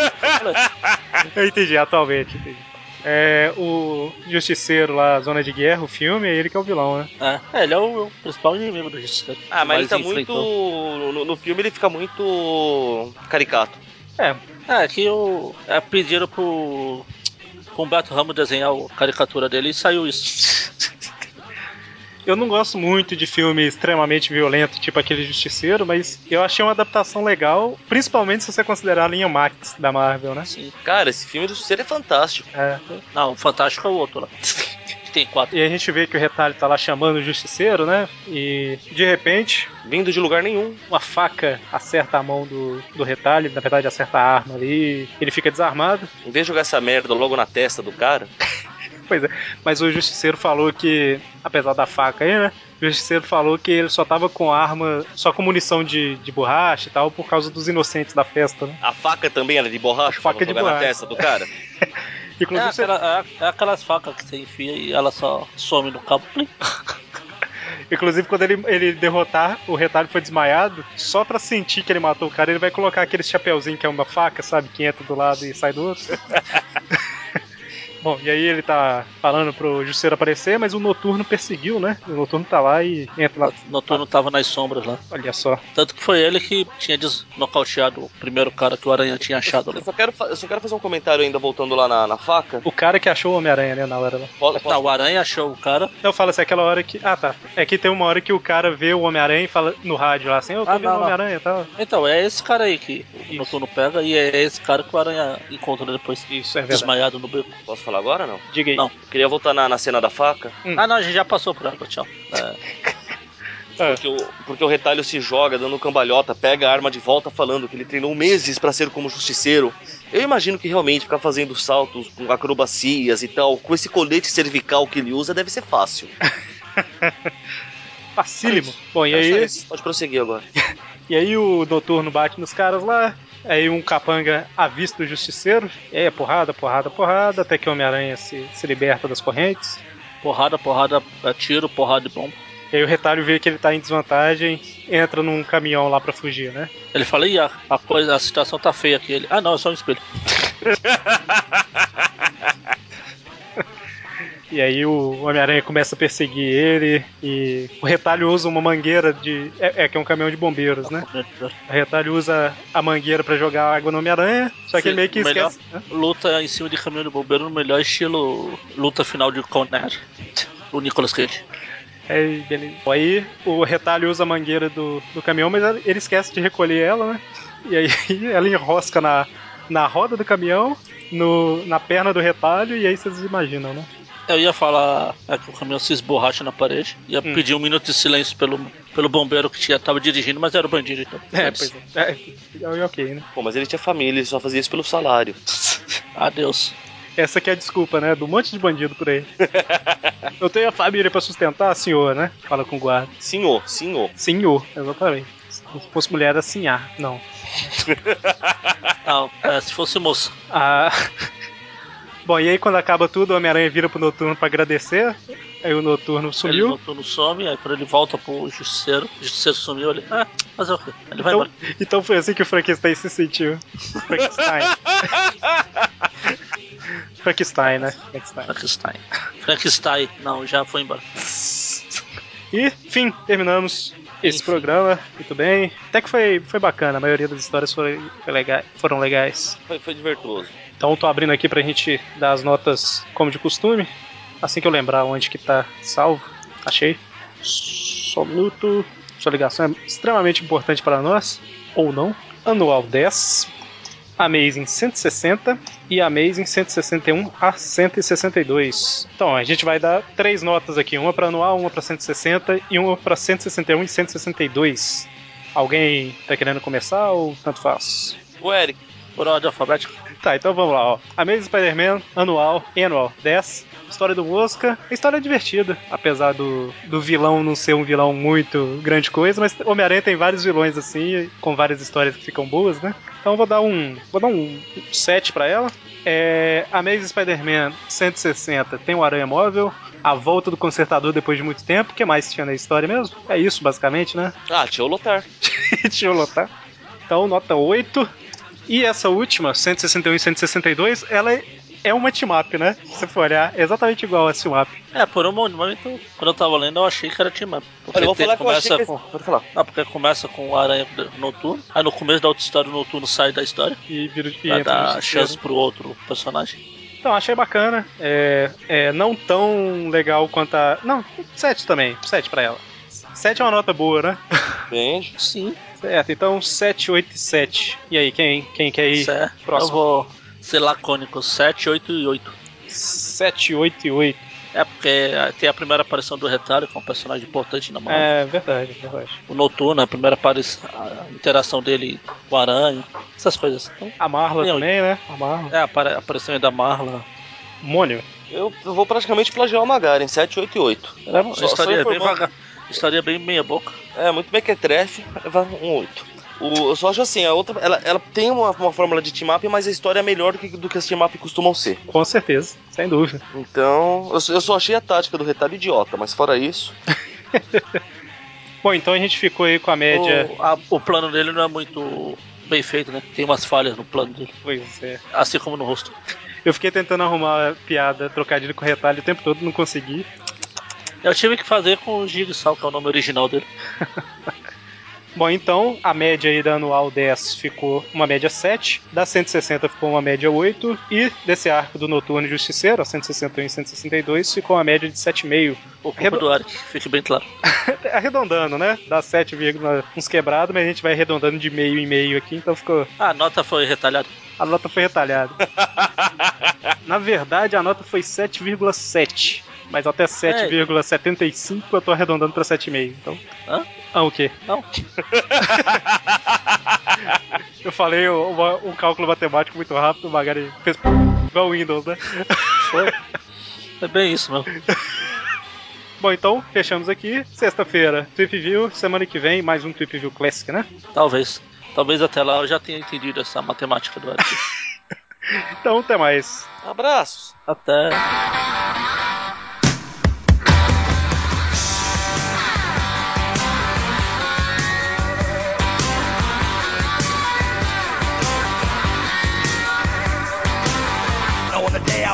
A: Eu entendi, atualmente. Entendi. É o Justiceiro lá, Zona de Guerra, o filme, é ele que é o vilão, né?
C: é, ele é o principal inimigo do Justiceiro.
D: Ah, mas ele tá
C: enfrentou.
D: muito. No, no filme ele fica muito. caricato.
C: É, que o. É, pediram pro. pro Humberto Ramos desenhar a caricatura dele e saiu isso.
A: Eu não gosto muito de filme extremamente violento, tipo aquele Justiceiro, mas eu achei uma adaptação legal, principalmente se você considerar a linha Max da Marvel, né?
C: Sim.
D: Cara, esse filme do justiceiro é fantástico.
A: É.
C: Não, o Fantástico é o outro lá. Que tem quatro.
A: E a gente vê que o retalho tá lá chamando o Justiceiro, né? E de repente,
D: Vindo de lugar nenhum.
A: uma faca acerta a mão do, do retalho, na verdade acerta a arma ali, ele fica desarmado.
D: Em vez de jogar essa merda logo na testa do cara,
A: Pois é. Mas o Justiceiro falou que, apesar da faca aí, né? O Justiceiro falou que ele só tava com arma, só com munição de, de borracha e tal, por causa dos inocentes da festa, né?
D: A faca também era de borracha?
A: A faca é
D: pra
A: de
D: jogar na
A: borracha.
D: testa do cara?
C: É,
A: Inclusive, você-
C: aquela- é- é aquelas facas que você enfia e ela só some no cabo. Plim.
A: Inclusive, quando ele, ele derrotar, o retalho foi desmaiado, só pra sentir que ele matou o cara, ele vai colocar aquele chapeuzinho que é uma faca, sabe? Que entra do lado e sai do outro. Bom, e aí ele tá falando pro Justiceiro aparecer, mas o Noturno perseguiu, né? O Noturno tá lá e entra lá.
C: Noturno tava nas sombras lá.
A: Olha só.
C: Tanto que foi ele que tinha desnocauteado o primeiro cara que o Aranha tinha achado
D: Eu
C: lá.
D: só quero, fa- eu só quero fazer um comentário ainda voltando lá na, na faca.
A: O cara que achou o Homem-Aranha, né, na hora lá.
D: Posso-
C: Não, o Aranha achou o cara.
A: Eu falo assim, aquela hora que. Ah, tá. É que tem uma hora que o cara vê o Homem-Aranha e fala no rádio lá assim: Eu tô
C: Ah,
A: vendo
C: não,
A: o
C: não.
A: Homem-Aranha e tal.
C: Então, é esse cara aí que o Noturno pega e é esse cara que o Aranha encontra depois.
A: Isso, é verdade.
C: Desmaiado no beco.
D: Posso falar agora ou não?
A: Diga aí.
C: Não.
D: Eu queria voltar na, na cena da faca,
A: Hum.
C: Ah, não, a gente já passou por ela, tchau. É,
A: Ah,
D: porque o, porque o retalho se joga dando cambalhota, pega a arma de volta falando que ele treinou meses pra ser como justiceiro. Eu imagino que realmente ficar fazendo saltos com acrobacias e tal, com esse colete cervical que ele usa, deve ser fácil.
A: facílimo. Bom, e
D: É
A: aí.
D: só isso. Pode prosseguir agora.
A: E aí o noturno bate nos caras lá. Aí um capanga avista o justiceiro. E aí é porrada, porrada, porrada. Até que o Homem-Aranha se, se liberta das correntes.
C: porrada, porrada, é tiro, porrada e bomba.
A: E aí o retalho vê que ele tá em desvantagem. Entra num caminhão lá pra fugir, né?
C: Ele fala, ih, a, a coisa, a situação tá feia aqui. Ele, ah não, é só um espelho.
A: E aí o Homem-Aranha começa a perseguir ele. E o retalho usa uma mangueira de. É, é que é um caminhão de bombeiros, né? O retalho usa a mangueira pra jogar água no Homem-Aranha. Só que
C: Sim,
A: ele meio que
C: melhor.
A: esquece. né? Hã?
C: Luta em cima de caminhão de bombeiro no melhor estilo luta final de Conner. O Nicolas Cage.
A: Aí, É, beleza. Aí o retalho usa a mangueira do, do caminhão, mas ela- ele esquece de recolher ela, né? E aí ela enrosca na, na roda do caminhão, no, na perna do retalho, e aí vocês imaginam, né?
C: Eu ia falar é, que o caminhão se esborracha na parede. Ia
A: Hum.
C: pedir um minuto de silêncio pelo, pelo bombeiro que tinha, tava dirigindo, mas era o bandido. Então,
A: pois é. É, é ok, né?
D: Pô, mas ele tinha família, ele só fazia isso pelo salário.
A: é.
C: Adeus.
A: Essa que é a desculpa, né? Do monte de bandido por aí. Eu tenho a família pra sustentar, senhor, né? Fala com o guarda.
D: Senhor, senhor.
A: Senhor, exatamente. Se fosse mulher, era sinhar. Não.
C: Não, é, se fosse moça.
A: Ah. Bom, e aí quando acaba tudo, o Homem-Aranha vira pro Noturno pra agradecer. Aí o Noturno
C: Ele
A: sumiu.
C: voltou no some, aí quando ele volta pro justiceiro, o justiceiro sumiu ele. Ah, fazer o quê? Ele vai
A: Então,
C: embora.
A: então foi assim que o Frankenstein se sentiu. Frankenstein. Frankenstein, né? Frankenstein.
C: Frankenstein. Frankenstein. Não, já foi embora.
A: E, fim, terminamos esse
C: Enfim.
A: programa. Muito bem. Até que foi, foi bacana, a maioria das histórias foi, foi lega- foram legais.
D: Foi, foi divertoso.
A: Então tô abrindo aqui pra gente dar as notas como de costume. Assim que eu lembrar onde que tá salvo. Achei. Só um minuto. Sua ligação é extremamente importante para nós. Ou não. Anual 10. Amazing 160 e Amazing 161 a 162. Então, a gente vai dar três notas aqui, uma para anual, uma para 160 e uma para 161 e 162. Alguém tá querendo começar ou tanto faz?
D: O Eric,
C: Por ordem alfabética.
A: Tá, então vamos lá, ó. Amazing Spider-Man, anual, anual 10. História do Mosca. A história é divertida, apesar do, do vilão não ser um vilão muito grande coisa, mas Homem-Aranha tem vários vilões assim, com várias histórias que ficam boas, né? Então eu vou dar um, vou dar um 7 pra ela. É, Amazing Spider-Man 160 tem o Aranha Móvel, a volta do Consertador depois de muito tempo, o que mais tinha na história mesmo? É isso, basicamente, né?
D: Ah, tio Lotar.
A: Deixa eu lotar. Então, nota 8. E essa última, 161 e 162, ela é- é uma team-up, né? Se você for olhar, é exatamente igual a team-up.
C: É, por um momento, quando eu tava lendo, eu achei que era Timão. Porque
D: Olha, eu vou
C: tem-
D: falar que eu
C: começa
D: achei que...
C: com.
D: Pode falar.
C: Ah, porque começa com o Aranha Noturno. Aí no começo da outra história, o Noturno sai da história.
A: E vira e
C: Pra
D: é
A: entra no
C: dar
A: justiceiro.
C: chance pro outro personagem.
A: Então, achei bacana. É, é não tão legal quanto a. Não, 7 também. 7 pra ela. 7 é uma nota boa, né?
D: Entende?
C: Sim,
A: Certo, então 7, 8 e 7. E aí, quem, quem quer ir?
C: certo.
A: próximo.
C: é. Eu vou ser lacônico: 7, 8 e 8.
A: 7, 8 e 8.
C: É porque eh, tem a primeira aparição do Retalho, que é um personagem importante na Marvel.
A: É verdade, verdade.
C: O Noturno, a primeira aparição, a interação dele com o Aranha, essas coisas. Então,
A: A Marla
C: Meu.
A: também, né? A Marla.
C: é, apare- apareceu ainda a Marla.
A: Mônio.
D: Eu, eu vou praticamente plagiar o Magaren, 788.
C: Era uma
D: Só- só
C: história bem
D: informando-
C: vaga. História bem meia boca.
D: É, muito mequetrefe, leva um 8. O, eu só acho assim, a outra, ela, ela tem uma, uma fórmula de team-up, mas a história é melhor do que, do que as team-up costumam ser.
A: Com certeza, sem dúvida.
D: Então, eu, só- eu só achei a tática do retalho idiota, mas fora isso...
A: Bom, então a gente ficou aí com a média.
C: O, a- o plano dele não é muito bem feito, né? Tem umas falhas no plano dele.
A: Pois é.
C: Assim como no rosto.
A: Eu fiquei tentando arrumar a piada, trocadilho com retalho o tempo todo, não consegui.
C: Eu tive que fazer com o Jigsaw, que é o nome original dele.
A: Bom, então a média aí da anual 10 ficou uma média 7, da 160 ficou uma média 8, e desse arco do Noturno e Justiceiro, a 161 e 162, ficou uma média de 7,5.
C: O culpa
A: Redo-
C: do Arik, fique bem claro.
A: Arredondando, né? Dá 7, vírgula uns quebrados, mas a gente vai arredondando de meio em meio aqui, então ficou.
C: Ah, a nota foi retalhada.
A: A nota foi retalhada. Na verdade, a nota foi 7,7. Mas até 7,75 eu tô arredondando pra 7,5. Então.
C: Hã?
A: Ah, o quê?
C: Não.
A: Eu falei o- uma- um cálculo matemático muito rápido, o Magari fez igual o Windows, né?
C: Foi. É bem isso mesmo.
A: Bom, então, fechamos aqui. Sexta-feira, Trip View. Semana que vem, mais um Trip View Classic, né?
C: Talvez. Talvez até lá eu já tenha entendido essa matemática do Arik.
A: Então, até mais.
D: Abraços!
C: Até.
E: Now on the day I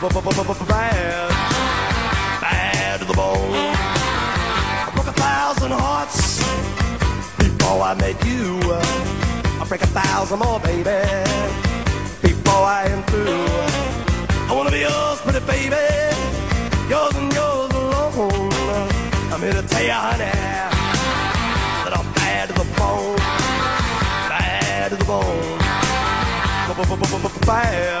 E: Bad bad, bad to the bone. I broke a thousand hearts before I met you. I'll break a thousand more, baby, before I am through. I wanna be yours, pretty baby, yours and yours alone. I'm here to tell you, honey, that I'm bad to the bone, bad to the bone, bad. Fire.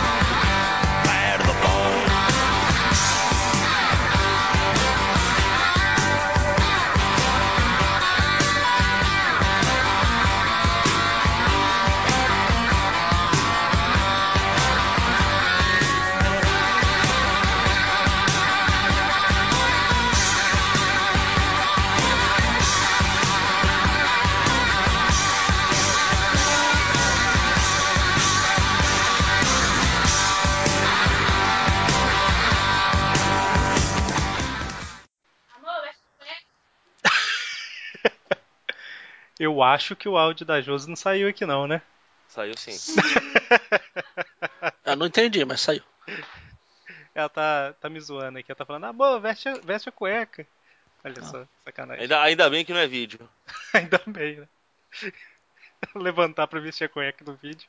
E: Fire to the bone.
A: Eu acho que o áudio da Josi não saiu aqui, não, né?
D: Saiu sim.
C: Eu não entendi, mas saiu.
A: Ela tá, tá me zoando aqui. Ela tá falando, ah, boa, veste, a- veste a cueca. Olha só, sacanagem.
D: Ainda, ainda bem que não é vídeo.
A: Ainda bem, né? Levantar pra vestir a cueca no vídeo.